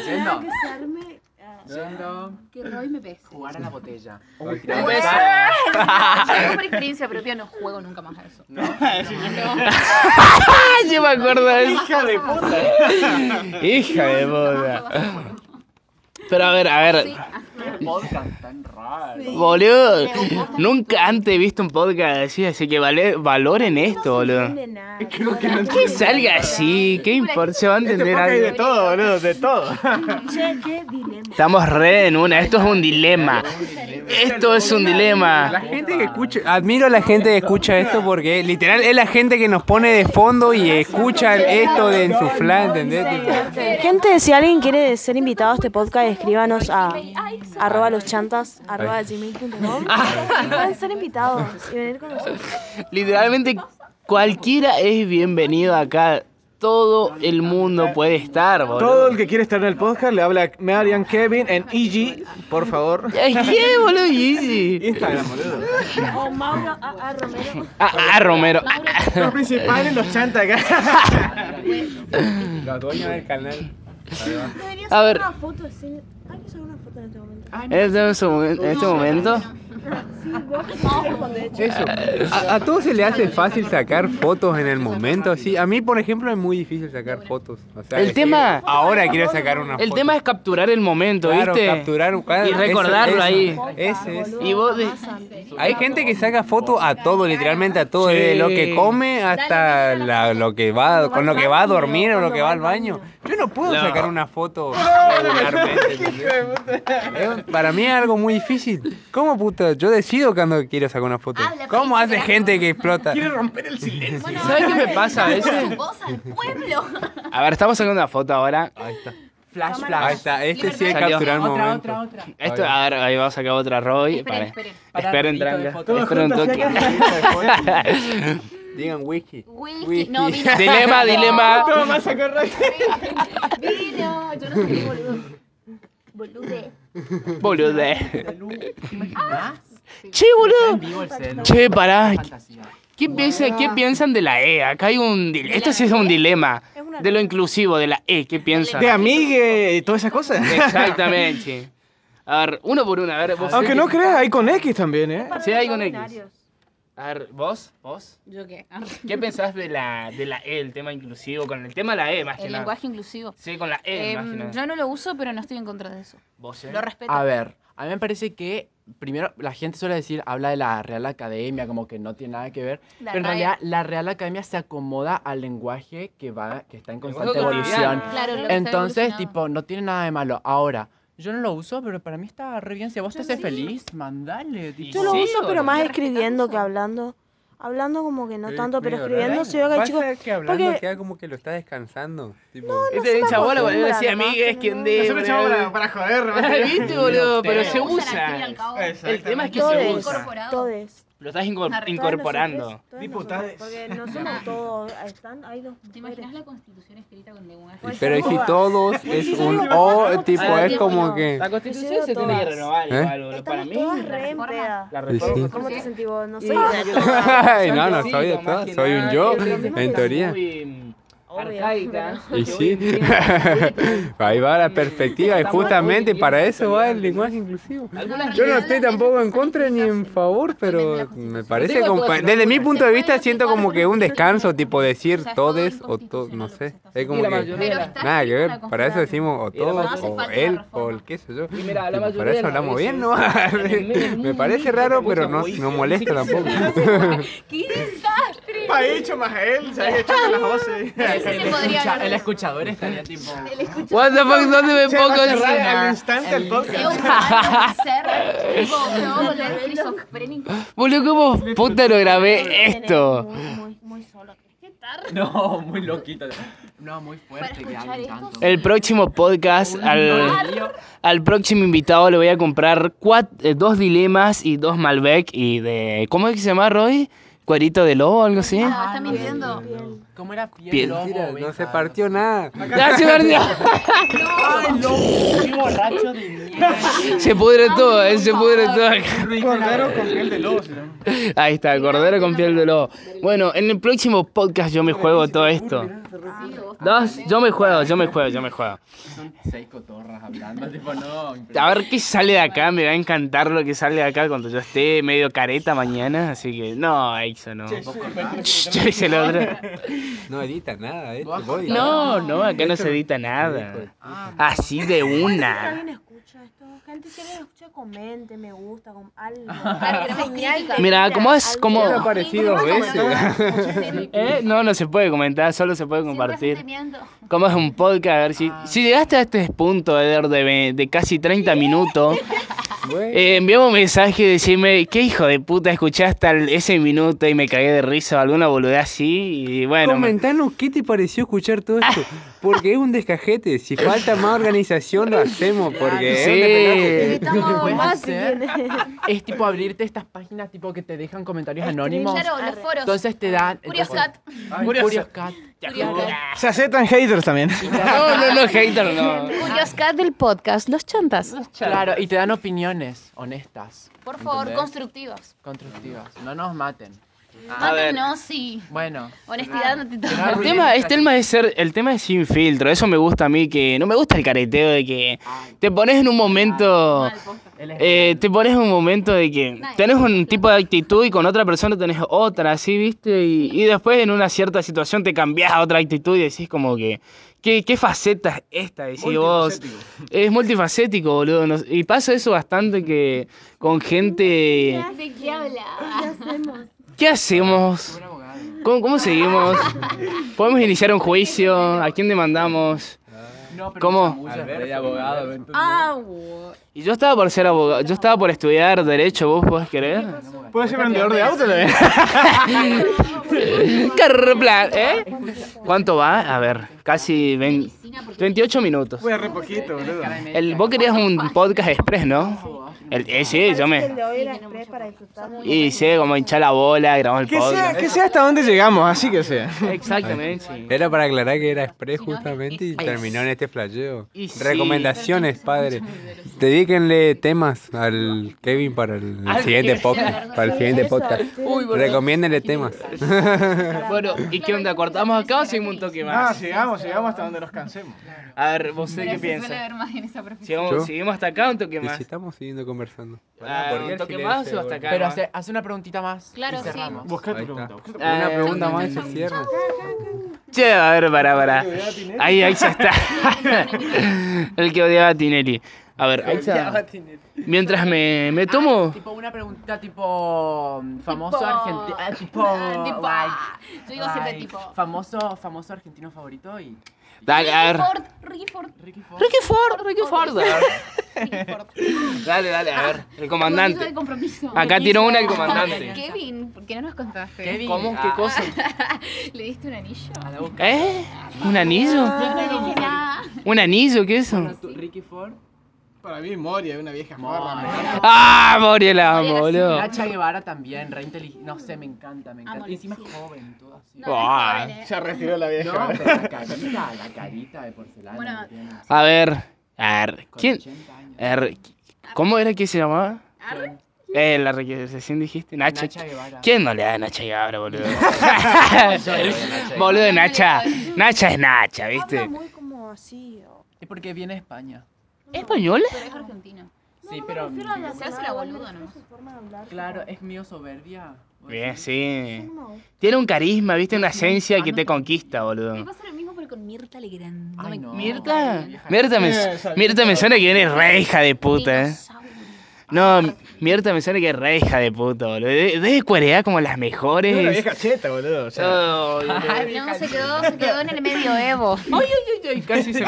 [SPEAKER 4] Yendo.
[SPEAKER 5] Que se arme. ah,
[SPEAKER 4] Yendo.
[SPEAKER 3] Que Roy me pese.
[SPEAKER 4] Jugar a la botella.
[SPEAKER 3] Yo por experiencia propia no juego nunca más a eso.
[SPEAKER 4] No.
[SPEAKER 1] ¡Ah, yo me acuerdo de eso! ¡Hija de puta! ¡Hija de puta! Pero a ver, a ver.
[SPEAKER 4] Qué podcast tan raro.
[SPEAKER 1] Boludo, nunca antes he visto un podcast así, así que vale, valoren esto, boludo.
[SPEAKER 8] De nada.
[SPEAKER 1] Que salga así, qué importa, se va a entender algo.
[SPEAKER 9] todo, boludo, Este de todo.
[SPEAKER 8] Che, qué dilema.
[SPEAKER 1] Estamos re en una, esto es un dilema. Esto es un
[SPEAKER 6] La
[SPEAKER 1] dilema.
[SPEAKER 6] gente que escucha, admiro a la gente que escucha esto porque literal es la gente que nos pone de fondo y escucha esto de en su flan, ¿entendés? Tipo,
[SPEAKER 8] Gente, si alguien quiere ser invitado a este podcast, escríbanos a arroba los chantas arroba gmail.com
[SPEAKER 1] Ah.
[SPEAKER 8] y pueden ser invitados y venir con nosotros.
[SPEAKER 1] Literalmente cualquiera es bienvenido acá. Todo el mundo puede estar,
[SPEAKER 7] Todo
[SPEAKER 1] boludo.
[SPEAKER 7] el que quiere estar en el podcast le habla a Marian Kevin en EG, por favor.
[SPEAKER 1] Ay, ¿Qué, boludo? Easy.
[SPEAKER 7] Instagram, boludo.
[SPEAKER 8] O Mauro A. A. Romero.
[SPEAKER 1] Ah, ah, Romero.
[SPEAKER 7] Los principales, los chanta acá.
[SPEAKER 6] Los dueños del canal.
[SPEAKER 5] Debería
[SPEAKER 1] A ver.
[SPEAKER 5] hacer una foto así. Hay que hacer una foto en este momento.
[SPEAKER 1] En este momen- en este momento.
[SPEAKER 5] Sí, vos que sabes cuando he hecho.
[SPEAKER 6] Eso. A, a todos se le hace fácil sacar fotos en el momento, así. A mí, por ejemplo, es muy difícil sacar fotos. O sea,
[SPEAKER 1] El
[SPEAKER 6] decir,
[SPEAKER 1] tema-
[SPEAKER 6] Ahora quiero sacar una
[SPEAKER 1] El
[SPEAKER 6] foto.
[SPEAKER 1] tema es capturar el momento,
[SPEAKER 6] Claro,
[SPEAKER 1] ¿viste?
[SPEAKER 6] capturar un
[SPEAKER 1] Y recordarlo ahí.
[SPEAKER 6] Ese es.
[SPEAKER 1] Y vos de-
[SPEAKER 6] Hay gente que saca fotos a todo, literalmente a todo,
[SPEAKER 1] Sí.
[SPEAKER 6] desde lo que come hasta la- lo que va, con lo que va a dormir o lo que va al baño. Yo no puedo
[SPEAKER 1] No.
[SPEAKER 6] sacar una foto regularmente. ¿entendés? Es- Para mí es algo muy difícil. ¿Cómo puta? Yo decido cuando quiero sacar una foto.
[SPEAKER 3] Habla,
[SPEAKER 6] ¿Cómo
[SPEAKER 3] príncipe,
[SPEAKER 6] hace
[SPEAKER 3] habla.
[SPEAKER 6] gente que explota?
[SPEAKER 3] Bueno,
[SPEAKER 1] ¿Sabes qué me pasa a
[SPEAKER 3] Su
[SPEAKER 1] veces?
[SPEAKER 3] voz al pueblo.
[SPEAKER 1] A ver, estamos sacando una foto ahora.
[SPEAKER 4] Flash,
[SPEAKER 6] Ahí
[SPEAKER 4] flash.
[SPEAKER 6] está, este sí es
[SPEAKER 1] Salió.
[SPEAKER 6] capturar el
[SPEAKER 4] Otra,
[SPEAKER 6] momento.
[SPEAKER 4] otra, otra.
[SPEAKER 1] Esto, a ver, ahí vamos a sacar otra Roy.
[SPEAKER 3] Esperen,
[SPEAKER 1] Pare.
[SPEAKER 3] esperen.
[SPEAKER 4] Para
[SPEAKER 1] Esperen,
[SPEAKER 4] ratito de
[SPEAKER 1] tranca.
[SPEAKER 4] foto.
[SPEAKER 1] Esperen un toque.
[SPEAKER 6] Digan wiki.
[SPEAKER 3] Whisky.
[SPEAKER 6] Whisky.
[SPEAKER 3] No, vino.
[SPEAKER 1] Dilema, dilema.
[SPEAKER 3] No,
[SPEAKER 7] Más a correr.
[SPEAKER 3] Vino. Yo no soy boludo. Bolude.
[SPEAKER 1] Bolude.
[SPEAKER 4] Salud. ¿Te imaginas?
[SPEAKER 1] Che, boludo.
[SPEAKER 4] En vivo el celu.
[SPEAKER 1] Che, pará.
[SPEAKER 4] Fantasía.
[SPEAKER 1] ¿Qué, piensa- qué piensan de la E? Acá hay un dilema. Esto sí es un dilema. De lo inclusivo, de la E. ¿Qué piensan?
[SPEAKER 7] De amigue y todas esas cosas.
[SPEAKER 1] Exactamente. A ver, uno por uno. A ver, vos.
[SPEAKER 7] Aunque no creas, hay con X también, ¿eh?
[SPEAKER 1] Sí, hay un X. A ver, vos, vos.
[SPEAKER 3] ¿Yo qué?
[SPEAKER 1] ¿Qué pensás de la, de la E, el tema inclusivo? Con el tema de la E, más que
[SPEAKER 3] El
[SPEAKER 1] nada.
[SPEAKER 3] lenguaje inclusivo.
[SPEAKER 1] Sí, con la E, más que
[SPEAKER 3] Em,
[SPEAKER 1] nada.
[SPEAKER 3] yo no lo uso, pero no estoy en contra de eso.
[SPEAKER 1] ¿Vos, eh?
[SPEAKER 3] Lo respeto.
[SPEAKER 4] A ver, a mí me parece que primero la gente suele decir, habla de la Real Academia, como que no tiene nada que ver.
[SPEAKER 3] La
[SPEAKER 4] pero en
[SPEAKER 3] RAE.
[SPEAKER 4] realidad la Real Academia se acomoda al lenguaje que va, que está en constante
[SPEAKER 1] Lenguaje
[SPEAKER 4] evolución.
[SPEAKER 1] cotidiano.
[SPEAKER 3] Claro, lo que está
[SPEAKER 4] Entonces,
[SPEAKER 3] evolucionado.
[SPEAKER 4] tipo, no tiene nada de malo. Ahora, yo no lo uso, pero para mí está re bien. Si a vos te hace feliz, mandale. tipo.
[SPEAKER 8] Yo lo
[SPEAKER 1] Sí,
[SPEAKER 8] uso, pero
[SPEAKER 1] boludo.
[SPEAKER 8] más escribiendo que hablando. Hablando como que no tanto, pero escribiendo se ve que
[SPEAKER 6] Pasa
[SPEAKER 8] hay chicos.
[SPEAKER 6] que hablando
[SPEAKER 8] porque-
[SPEAKER 6] queda como que lo está descansando. Tipo,
[SPEAKER 1] Este es
[SPEAKER 8] se
[SPEAKER 1] un
[SPEAKER 8] me
[SPEAKER 1] chabola, boludo.
[SPEAKER 8] acostumbra,
[SPEAKER 1] Decía,
[SPEAKER 8] capaz
[SPEAKER 1] amiga,
[SPEAKER 8] que
[SPEAKER 1] es quien
[SPEAKER 8] no.
[SPEAKER 1] de.
[SPEAKER 7] Nosotros llamamos la- para joder,
[SPEAKER 1] ¿Viste, boludo? Pero
[SPEAKER 6] Pero
[SPEAKER 1] se
[SPEAKER 3] lo usan al fin y
[SPEAKER 1] usa.
[SPEAKER 3] al cabo.
[SPEAKER 1] El tema es que
[SPEAKER 8] Todo
[SPEAKER 1] se
[SPEAKER 8] es.
[SPEAKER 1] usa.
[SPEAKER 3] Incorporado.
[SPEAKER 8] Todes.
[SPEAKER 1] Lo estás inco-
[SPEAKER 3] Arre.
[SPEAKER 1] incorporando.
[SPEAKER 7] Diputades.
[SPEAKER 8] Porque no somos todos. Están, hay dos.
[SPEAKER 3] ¿Te imaginas la constitución escrita con lenguaje?
[SPEAKER 8] Oye,
[SPEAKER 6] Pero si
[SPEAKER 8] joda.
[SPEAKER 6] todos
[SPEAKER 8] Pues
[SPEAKER 6] es un o, tipo, es como que.
[SPEAKER 1] La constitución se tiene que renovar
[SPEAKER 6] ¿Eh?
[SPEAKER 1] igual, boludo. Para
[SPEAKER 8] Estamos
[SPEAKER 1] mí.
[SPEAKER 8] todas
[SPEAKER 3] la
[SPEAKER 8] re en
[SPEAKER 3] reforma.
[SPEAKER 8] peda.
[SPEAKER 1] La
[SPEAKER 6] Sí, sí.
[SPEAKER 1] reforma.
[SPEAKER 8] ¿Cómo te sentís vos? No
[SPEAKER 1] Y-
[SPEAKER 8] soy de
[SPEAKER 1] Yo
[SPEAKER 8] todas.
[SPEAKER 6] Ay, no, no soy de
[SPEAKER 1] más
[SPEAKER 6] todas,
[SPEAKER 1] que
[SPEAKER 6] soy un
[SPEAKER 1] nada,
[SPEAKER 6] yo,
[SPEAKER 1] creo que
[SPEAKER 8] en
[SPEAKER 1] es
[SPEAKER 6] teoría.
[SPEAKER 1] muy-
[SPEAKER 10] Arcaica.
[SPEAKER 6] Y sí, ahí va la perspectiva y justamente para eso va el lenguaje inclusivo.
[SPEAKER 10] Algunas
[SPEAKER 6] Yo no estoy tampoco en contra ni en favor, pero me parece como, desde mi punto de vista siento como que un descanso, tipo decir todes o todo, no sé, es como que
[SPEAKER 10] Pero
[SPEAKER 6] nada que ver, para eso decimos o todos o él o el qué sé yo.
[SPEAKER 10] Y mira, la
[SPEAKER 6] Tipo,
[SPEAKER 10] mayoría
[SPEAKER 6] Para
[SPEAKER 10] de
[SPEAKER 6] eso
[SPEAKER 10] las
[SPEAKER 6] hablamos
[SPEAKER 10] veces-
[SPEAKER 6] bien, ¿no? Me parece raro, pero no, no molesta tampoco.
[SPEAKER 3] ¡Qué desastre!
[SPEAKER 11] Pa' hecho más a él, se había echado las voces.
[SPEAKER 4] El,
[SPEAKER 3] podría
[SPEAKER 4] escucha-
[SPEAKER 3] hablar.
[SPEAKER 4] el escuchador estaría tipo.
[SPEAKER 3] El escuchar
[SPEAKER 4] What the fuck, ¿dónde me
[SPEAKER 11] Che, va a
[SPEAKER 4] pongo
[SPEAKER 11] cerrar al
[SPEAKER 4] el
[SPEAKER 11] instante el
[SPEAKER 3] es un
[SPEAKER 11] podcast.
[SPEAKER 3] mal ser, tipo, me va a volver esquizofrénico.
[SPEAKER 4] Boludo, ¿cómo puta lo grabé esto?
[SPEAKER 5] Muy, muy, muy solo. ¿Qué tarde?
[SPEAKER 4] No, muy loquito. No, muy fuerte que
[SPEAKER 3] escuchar
[SPEAKER 4] hablen
[SPEAKER 3] esto,
[SPEAKER 4] tanto.
[SPEAKER 1] El próximo podcast, al,
[SPEAKER 4] Dios.
[SPEAKER 1] al próximo invitado le voy a comprar cuat- eh, dos dilemas y dos Malbec y de... ¿Cómo es que se llama, Roy? ¿Cuerito de lobo o algo así?
[SPEAKER 3] Ah, está mintiendo.
[SPEAKER 4] ¿Cómo era piel,
[SPEAKER 1] Piel.
[SPEAKER 4] lobo,
[SPEAKER 6] Mentira, no se
[SPEAKER 4] oveja?
[SPEAKER 6] partió nada.
[SPEAKER 1] ¡Ya se perdió!
[SPEAKER 4] Ay, loco, qué borracho de mierda.
[SPEAKER 1] Se pudre todo, eh, se pudre todo.
[SPEAKER 11] Cordero con piel de lobo se llama.
[SPEAKER 1] Ahí está, cordero con piel de lobo. Bueno, en el próximo podcast yo me juego todo esto. Dos, yo me juego, yo me juego, yo me juego.
[SPEAKER 4] Son seis cotorras hablando, tipo, no.
[SPEAKER 1] A ver qué sale de acá, me va a encantar lo que sale de acá cuando yo esté medio careta mañana, así que no, eso no. Yo hice el otro.
[SPEAKER 6] No edita nada, eh. te voy.
[SPEAKER 1] No, no, acá no se edita nada. Así de
[SPEAKER 5] Si
[SPEAKER 1] una.
[SPEAKER 5] alguien escucha esto, gente, si alguien escucha, comente, me gusta, con algo.
[SPEAKER 3] Claro, queremos crítica.
[SPEAKER 1] Mira, ¿cómo es?
[SPEAKER 5] algo.
[SPEAKER 1] ¿Cómo?
[SPEAKER 6] Ya lo aparecí dos veces.
[SPEAKER 1] Eh, No, no se puede comentar, solo se puede compartir. ¿Cómo es un podcast? A ver si, si llegaste a este punto Eder, de, ve- de casi 30 minutos,
[SPEAKER 6] Güey.
[SPEAKER 1] eh, envíame un mensaje y decime, ¿qué hijo de puta escuché hasta el- ese minuto y me cagué de risa o alguna boludez así? Y bueno, me-
[SPEAKER 6] Comentanos qué te pareció escuchar todo esto. Porque es un descajete. Si falta más organización, lo hacemos. Porque es un
[SPEAKER 1] Sí.
[SPEAKER 6] despelote.
[SPEAKER 4] Lo
[SPEAKER 8] Invitamos
[SPEAKER 4] puedes
[SPEAKER 8] más si
[SPEAKER 4] hacer.
[SPEAKER 8] quieren.
[SPEAKER 4] Es tipo abrirte estas páginas tipo que te dejan comentarios anónimos.
[SPEAKER 3] Claro, los foros.
[SPEAKER 4] Entonces te dan.
[SPEAKER 3] Curiosat.
[SPEAKER 4] Ay, Curioscat.
[SPEAKER 3] Curioscat.
[SPEAKER 11] Se aceptan haters también.
[SPEAKER 1] No, no, no, hater, no.
[SPEAKER 3] Curioscat del podcast, los chantas.
[SPEAKER 4] Claro, y te dan opiniones honestas,
[SPEAKER 3] Por favor,
[SPEAKER 4] ¿Entendés?
[SPEAKER 3] constructivos.
[SPEAKER 4] constructivas. No nos maten.
[SPEAKER 1] A ver.
[SPEAKER 3] Mátanos sí.
[SPEAKER 4] Bueno.
[SPEAKER 3] honestidad no te toca.
[SPEAKER 1] El tema, este tema de ser, el tema es sin filtro, eso me gusta a mí, que no me gusta el careteo de que te pones en un momento...
[SPEAKER 4] Él es-
[SPEAKER 1] Eh, te pones en un momento de que tenés un tipo de actitud y con otra persona tenés otra, así, viste? Y, y después en una cierta situación te cambias a otra actitud y decís como que, ¿qué, qué faceta es esta? Decís vos, es multifacético, boludo. no sé, y pasa eso bastante que con gente...
[SPEAKER 3] ¿De qué hablas?
[SPEAKER 1] ¿Qué hacemos? ¿Cómo, cómo seguimos? ¿Podemos iniciar un juicio? ¿A quién demandamos?
[SPEAKER 4] No, pero
[SPEAKER 1] ¿Cómo?
[SPEAKER 4] mucha bulla, rey abogado, ¿me entendés?
[SPEAKER 1] Y yo estaba por ser abogado, yo estaba por estudiar derecho, ¿vos podés creer?
[SPEAKER 11] Puede ser vendedor de auto también.
[SPEAKER 1] Carraplan, ¿eh? ¿Cuánto va? A ver, casi 20 28 minutos.
[SPEAKER 11] Voy a re poquito, boludo.
[SPEAKER 1] El, vos querías un podcast express, ¿no? El, eh, sí, yo
[SPEAKER 5] El
[SPEAKER 1] me...
[SPEAKER 5] de hoy era express para disfrutar.
[SPEAKER 1] Y sí, como hinchar la bola, grabamos el
[SPEAKER 11] Que sea, que
[SPEAKER 1] podcast.
[SPEAKER 11] sea hasta donde llegamos, así que sea.
[SPEAKER 1] Exactamente, sí.
[SPEAKER 6] Era para aclarar que era express justamente y terminó en este flasheo.
[SPEAKER 1] pues Y sí.
[SPEAKER 6] Recomendaciones, padre. Dedíquenle temas al Kevin para el
[SPEAKER 1] Al
[SPEAKER 6] siguiente
[SPEAKER 1] Kevin.
[SPEAKER 6] podcast. Para el siguiente podcast. Recomiéndenle temas.
[SPEAKER 1] Bueno, ¿y qué onda? ¿Cortamos acá o seguimos un toque
[SPEAKER 11] Ah,
[SPEAKER 1] más?
[SPEAKER 11] llegamos, llegamos hasta donde nos cansemos.
[SPEAKER 1] A ver, ¿vos sé qué
[SPEAKER 3] Se suele
[SPEAKER 1] piensas?
[SPEAKER 3] ver más en esa profesión.
[SPEAKER 6] Yo.
[SPEAKER 1] ¿Seguimos, seguimos hasta acá o un toque
[SPEAKER 6] Y
[SPEAKER 1] más?
[SPEAKER 6] si estamos siguiendo conversando.
[SPEAKER 1] Ah, ¿Un toque más o hasta acá?
[SPEAKER 4] Pero
[SPEAKER 1] nomás?
[SPEAKER 4] hace, hace una preguntita más.
[SPEAKER 3] Claro,
[SPEAKER 4] y
[SPEAKER 3] sí.
[SPEAKER 4] cerramos.
[SPEAKER 11] Busca
[SPEAKER 6] Ahí
[SPEAKER 11] tu
[SPEAKER 6] está.
[SPEAKER 11] pregunta. busca tu-
[SPEAKER 6] Una
[SPEAKER 1] Eh,
[SPEAKER 6] pregunta más y se cierra.
[SPEAKER 1] Che, a ver, pará, pará. Ahí, ahí ya está. El que odiaba a Tinelli. A ver, ahí está. Mientras me, me
[SPEAKER 4] Ah,
[SPEAKER 1] tomo.
[SPEAKER 4] tipo una pregunta tipo mm, famoso
[SPEAKER 3] Tipo-
[SPEAKER 4] argentino. ah, tipo,
[SPEAKER 3] Ah, tipo, ah, Yo digo
[SPEAKER 4] like,
[SPEAKER 3] siempre
[SPEAKER 4] like,
[SPEAKER 3] tipo.
[SPEAKER 4] Famoso, famoso argentino favorito y.
[SPEAKER 1] Dale, a ver.
[SPEAKER 3] Ford, Ricky Ford.
[SPEAKER 4] Ricky Ford.
[SPEAKER 1] Ricky Ford, Ricky Ford. A ver.
[SPEAKER 3] Ricky Ford.
[SPEAKER 1] Dale, dale, a ver. El
[SPEAKER 3] Compromiso de
[SPEAKER 1] comandante.
[SPEAKER 3] compromiso.
[SPEAKER 1] Acá tiró una el comandante.
[SPEAKER 3] Kevin, ¿por qué no nos contaste?
[SPEAKER 4] Kevin.
[SPEAKER 1] ¿Cómo? ¿Qué
[SPEAKER 4] Ah.
[SPEAKER 1] cosa?
[SPEAKER 3] ¿Le diste un anillo?
[SPEAKER 4] A la boca.
[SPEAKER 1] ¿Eh? ¿Un anillo?
[SPEAKER 3] No dije nada.
[SPEAKER 1] ¿Un anillo? ¿Qué es eso?
[SPEAKER 4] Bueno, tú, Ricky Ford.
[SPEAKER 11] Para mí, Moria, una vieja morra.
[SPEAKER 1] ¡Ah, Moria la amo, boludo!
[SPEAKER 4] Nacha Guevara también, re inteligente. No sé, me encanta, me
[SPEAKER 3] Amo
[SPEAKER 4] encanta.
[SPEAKER 3] la
[SPEAKER 4] Y encima es
[SPEAKER 3] música.
[SPEAKER 4] joven, todo así.
[SPEAKER 3] No,
[SPEAKER 1] Ah.
[SPEAKER 3] es joven, eh.
[SPEAKER 11] Se retiró la
[SPEAKER 4] No,
[SPEAKER 11] vieja.
[SPEAKER 4] pero la carita, la carita de porcelana.
[SPEAKER 3] Bueno,
[SPEAKER 4] que tiene, así,
[SPEAKER 1] A ver. A ver.
[SPEAKER 4] con
[SPEAKER 1] ¿Quién? Eh,
[SPEAKER 4] 80 años.
[SPEAKER 1] a ver, ¿Cómo era que se llamaba?
[SPEAKER 3] Arre.
[SPEAKER 1] Eh, la re- recién dijiste, Nacho.
[SPEAKER 4] Nacha Guevara.
[SPEAKER 1] ¿Quién no le da a Nacha Guevara, boludo?
[SPEAKER 4] Yo le doy a Nacha.
[SPEAKER 1] boludo, Nacha. Nacha es Nacha,
[SPEAKER 5] Habla
[SPEAKER 1] ¿viste?
[SPEAKER 5] muy como así. o-
[SPEAKER 4] Es porque viene de España.
[SPEAKER 1] ¿Es española?
[SPEAKER 3] Pero es argentino.
[SPEAKER 5] No,
[SPEAKER 4] Sí,
[SPEAKER 5] no me
[SPEAKER 4] pero.
[SPEAKER 5] refiero a
[SPEAKER 4] mm,
[SPEAKER 5] la
[SPEAKER 3] Se hace la
[SPEAKER 5] palabra, me
[SPEAKER 3] boluda
[SPEAKER 5] refiero a su
[SPEAKER 3] nomás.
[SPEAKER 5] forma de hablar, su
[SPEAKER 4] Claro,
[SPEAKER 5] forma-
[SPEAKER 4] es mío soberbia. ¿vos
[SPEAKER 1] Bien,
[SPEAKER 4] decís?
[SPEAKER 1] sí.
[SPEAKER 5] ¿Cómo?
[SPEAKER 1] Tiene un carisma, ¿viste? Una
[SPEAKER 4] Sí,
[SPEAKER 1] esencia
[SPEAKER 4] ah,
[SPEAKER 1] que
[SPEAKER 4] no
[SPEAKER 1] te
[SPEAKER 4] te-
[SPEAKER 1] conquista,
[SPEAKER 3] Me
[SPEAKER 1] boludo.
[SPEAKER 3] pasa lo mismo, pero con Mirta Legrand.
[SPEAKER 4] Ay,
[SPEAKER 3] me-
[SPEAKER 4] no.
[SPEAKER 1] Mirta.
[SPEAKER 4] vieja.
[SPEAKER 1] Mirta me,
[SPEAKER 11] Eh, esa
[SPEAKER 1] Mirta me
[SPEAKER 11] vieja.
[SPEAKER 1] suena que viene re hija de puta, eh.
[SPEAKER 3] Dinosaurio.
[SPEAKER 1] No, Mirta me suena que es re hija de puta, boludo. Debe debe cuarear como las mejores.
[SPEAKER 11] Es una vieja cheta, boludo. O sea,
[SPEAKER 1] Oh, boludo.
[SPEAKER 3] No, se quedó, se quedó en el medioevo.
[SPEAKER 4] Casi se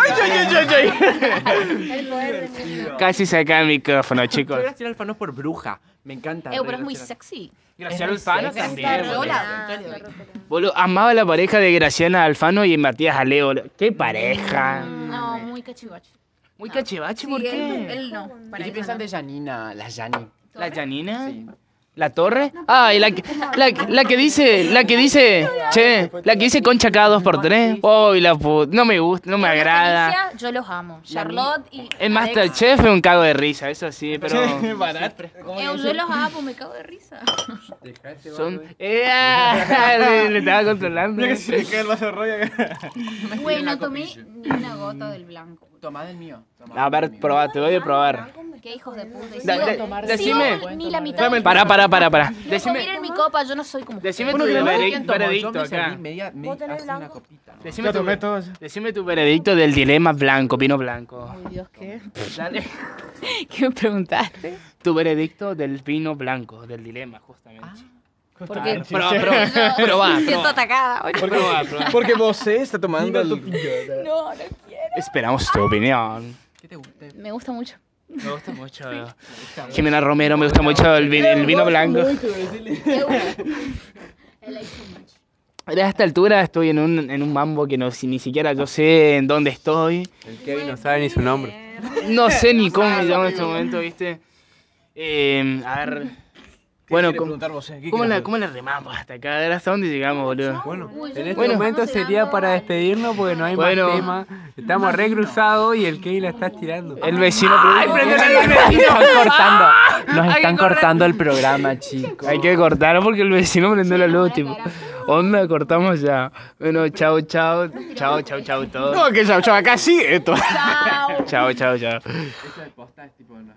[SPEAKER 5] El poder de mi vida.
[SPEAKER 1] Casi saca el micrófono, chicos.
[SPEAKER 9] Yo Graciela Alfano por bruja. Me encanta.
[SPEAKER 3] Eh, pero es muy
[SPEAKER 9] Graciela.
[SPEAKER 3] sexy.
[SPEAKER 1] Graciela Alfano
[SPEAKER 4] sexy.
[SPEAKER 1] también.
[SPEAKER 3] Está
[SPEAKER 1] boludo.
[SPEAKER 3] rola.
[SPEAKER 1] Boludo, amaba la pareja de Graciela Alfano y Matías Aleo. boludo. ¡Qué pareja!
[SPEAKER 3] No, muy cachivache.
[SPEAKER 1] Mm. Muy cachivache, ¿por
[SPEAKER 3] Sí, Él,
[SPEAKER 1] qué?
[SPEAKER 3] él no.
[SPEAKER 4] ¿Y
[SPEAKER 3] Para
[SPEAKER 4] qué
[SPEAKER 3] eso
[SPEAKER 4] piensan
[SPEAKER 3] no. Ah.
[SPEAKER 4] de Janina? La Yani.
[SPEAKER 1] ¿La Janina?
[SPEAKER 4] Sí.
[SPEAKER 1] ¿La Torre? Ah, y la, que- la, la que dice, la que dice, che, la que dice Concha cada dos por tres. Uy, la pu- no me gusta, no me
[SPEAKER 3] Pero
[SPEAKER 1] agrada.
[SPEAKER 3] Patricia, Yo los amo. Charlotte y.
[SPEAKER 1] El Masterchef es un cago de risa, eso sí, pero
[SPEAKER 11] barato.
[SPEAKER 3] Eh, yo los amo, me cago de risa.
[SPEAKER 6] Dejá este
[SPEAKER 1] son...
[SPEAKER 6] vaso ahí.
[SPEAKER 1] ¡Eh! ah, Le, le estaba controlando.
[SPEAKER 11] Mira que se le cae el vaso de rollo acá.
[SPEAKER 3] Güey, no tomé ni una gota del blanco.
[SPEAKER 4] Tomá del mío. tomá
[SPEAKER 1] A
[SPEAKER 4] del
[SPEAKER 1] ver,
[SPEAKER 4] mío.
[SPEAKER 1] probá, te voy a
[SPEAKER 5] Ah,
[SPEAKER 1] probar.
[SPEAKER 3] Qué hijos de puta. Y
[SPEAKER 1] Da-
[SPEAKER 3] sigo-
[SPEAKER 1] de-
[SPEAKER 3] sigo
[SPEAKER 1] decime.
[SPEAKER 3] Ni la mitad.
[SPEAKER 11] Dame
[SPEAKER 3] de-
[SPEAKER 11] el-
[SPEAKER 1] Pará, pará, pará, pará.
[SPEAKER 3] No
[SPEAKER 1] Decime,
[SPEAKER 3] miren mi copa, yo no soy como.
[SPEAKER 1] decime tu
[SPEAKER 4] Bueno, que la mayoría
[SPEAKER 1] veredicto
[SPEAKER 4] tomó,
[SPEAKER 1] veredicto
[SPEAKER 4] Yo me serví
[SPEAKER 1] acá.
[SPEAKER 4] media, me-
[SPEAKER 5] ¿Vos tenés
[SPEAKER 4] así una
[SPEAKER 5] blanco?
[SPEAKER 4] copita. ¿no?
[SPEAKER 1] Decime
[SPEAKER 11] Yo
[SPEAKER 1] tu,
[SPEAKER 11] tomé todo eso.
[SPEAKER 1] decime tu veredicto del dilema blanco, vino blanco.
[SPEAKER 3] Uy, Dios, ¿qué?
[SPEAKER 1] Dale.
[SPEAKER 3] ¿Qué me preguntaste?
[SPEAKER 1] Tu veredicto del vino blanco, del dilema, justamente.
[SPEAKER 3] Porque
[SPEAKER 11] Ah, sí,
[SPEAKER 1] Probá,
[SPEAKER 11] sí.
[SPEAKER 1] probá,
[SPEAKER 3] yo
[SPEAKER 1] probá,
[SPEAKER 3] me siento
[SPEAKER 1] probá.
[SPEAKER 3] atacada. ahora.
[SPEAKER 11] Porque, porque vos está tomando el...
[SPEAKER 3] No, no quiero.
[SPEAKER 1] Esperamos tu opinión.
[SPEAKER 4] ¿Qué te gusta?
[SPEAKER 3] Me gusta mucho.
[SPEAKER 1] Me gusta mucho. Jimena Romero, me gusta mucho el, vi- el vino blanco.
[SPEAKER 3] I like so much.
[SPEAKER 1] A esta altura estoy en un, en un mambo que no, si- ni siquiera yo sé en dónde estoy.
[SPEAKER 6] ¿eh? El Kevin no sabe ni su nombre.
[SPEAKER 1] No sé ni cómo me llamo en este momento, ¿viste? Eh, a ver. Bueno, ¿cómo,
[SPEAKER 11] preguntar vos, eh? ¿Qué
[SPEAKER 1] cómo
[SPEAKER 11] querés
[SPEAKER 1] la,
[SPEAKER 11] hacer?
[SPEAKER 1] cómo la remamos hasta acá? A ver, ¿Hasta dónde llegamos, boludo?
[SPEAKER 6] Bueno,
[SPEAKER 3] Ah, Uy, yo
[SPEAKER 6] en este
[SPEAKER 3] creo que
[SPEAKER 6] momento
[SPEAKER 3] estamos
[SPEAKER 6] sería
[SPEAKER 3] llegando
[SPEAKER 6] para
[SPEAKER 3] al-
[SPEAKER 6] despedirnos porque no hay
[SPEAKER 1] Bueno.
[SPEAKER 6] más tema. Estamos recruzados y el Kevin la está estirando.
[SPEAKER 1] El vecino.
[SPEAKER 4] Nos están cortando. Nos están cortando el programa, chicos.
[SPEAKER 1] Hay que cortar porque el vecino prendió la luz, tipo. Onda, cortamos ya. Bueno, chao, chao. Chao, chao, chao, todo.
[SPEAKER 11] No, que ya, ya, acá sí, esto.
[SPEAKER 1] Chao, chao, chao.
[SPEAKER 9] Eso de posta es tipo, no.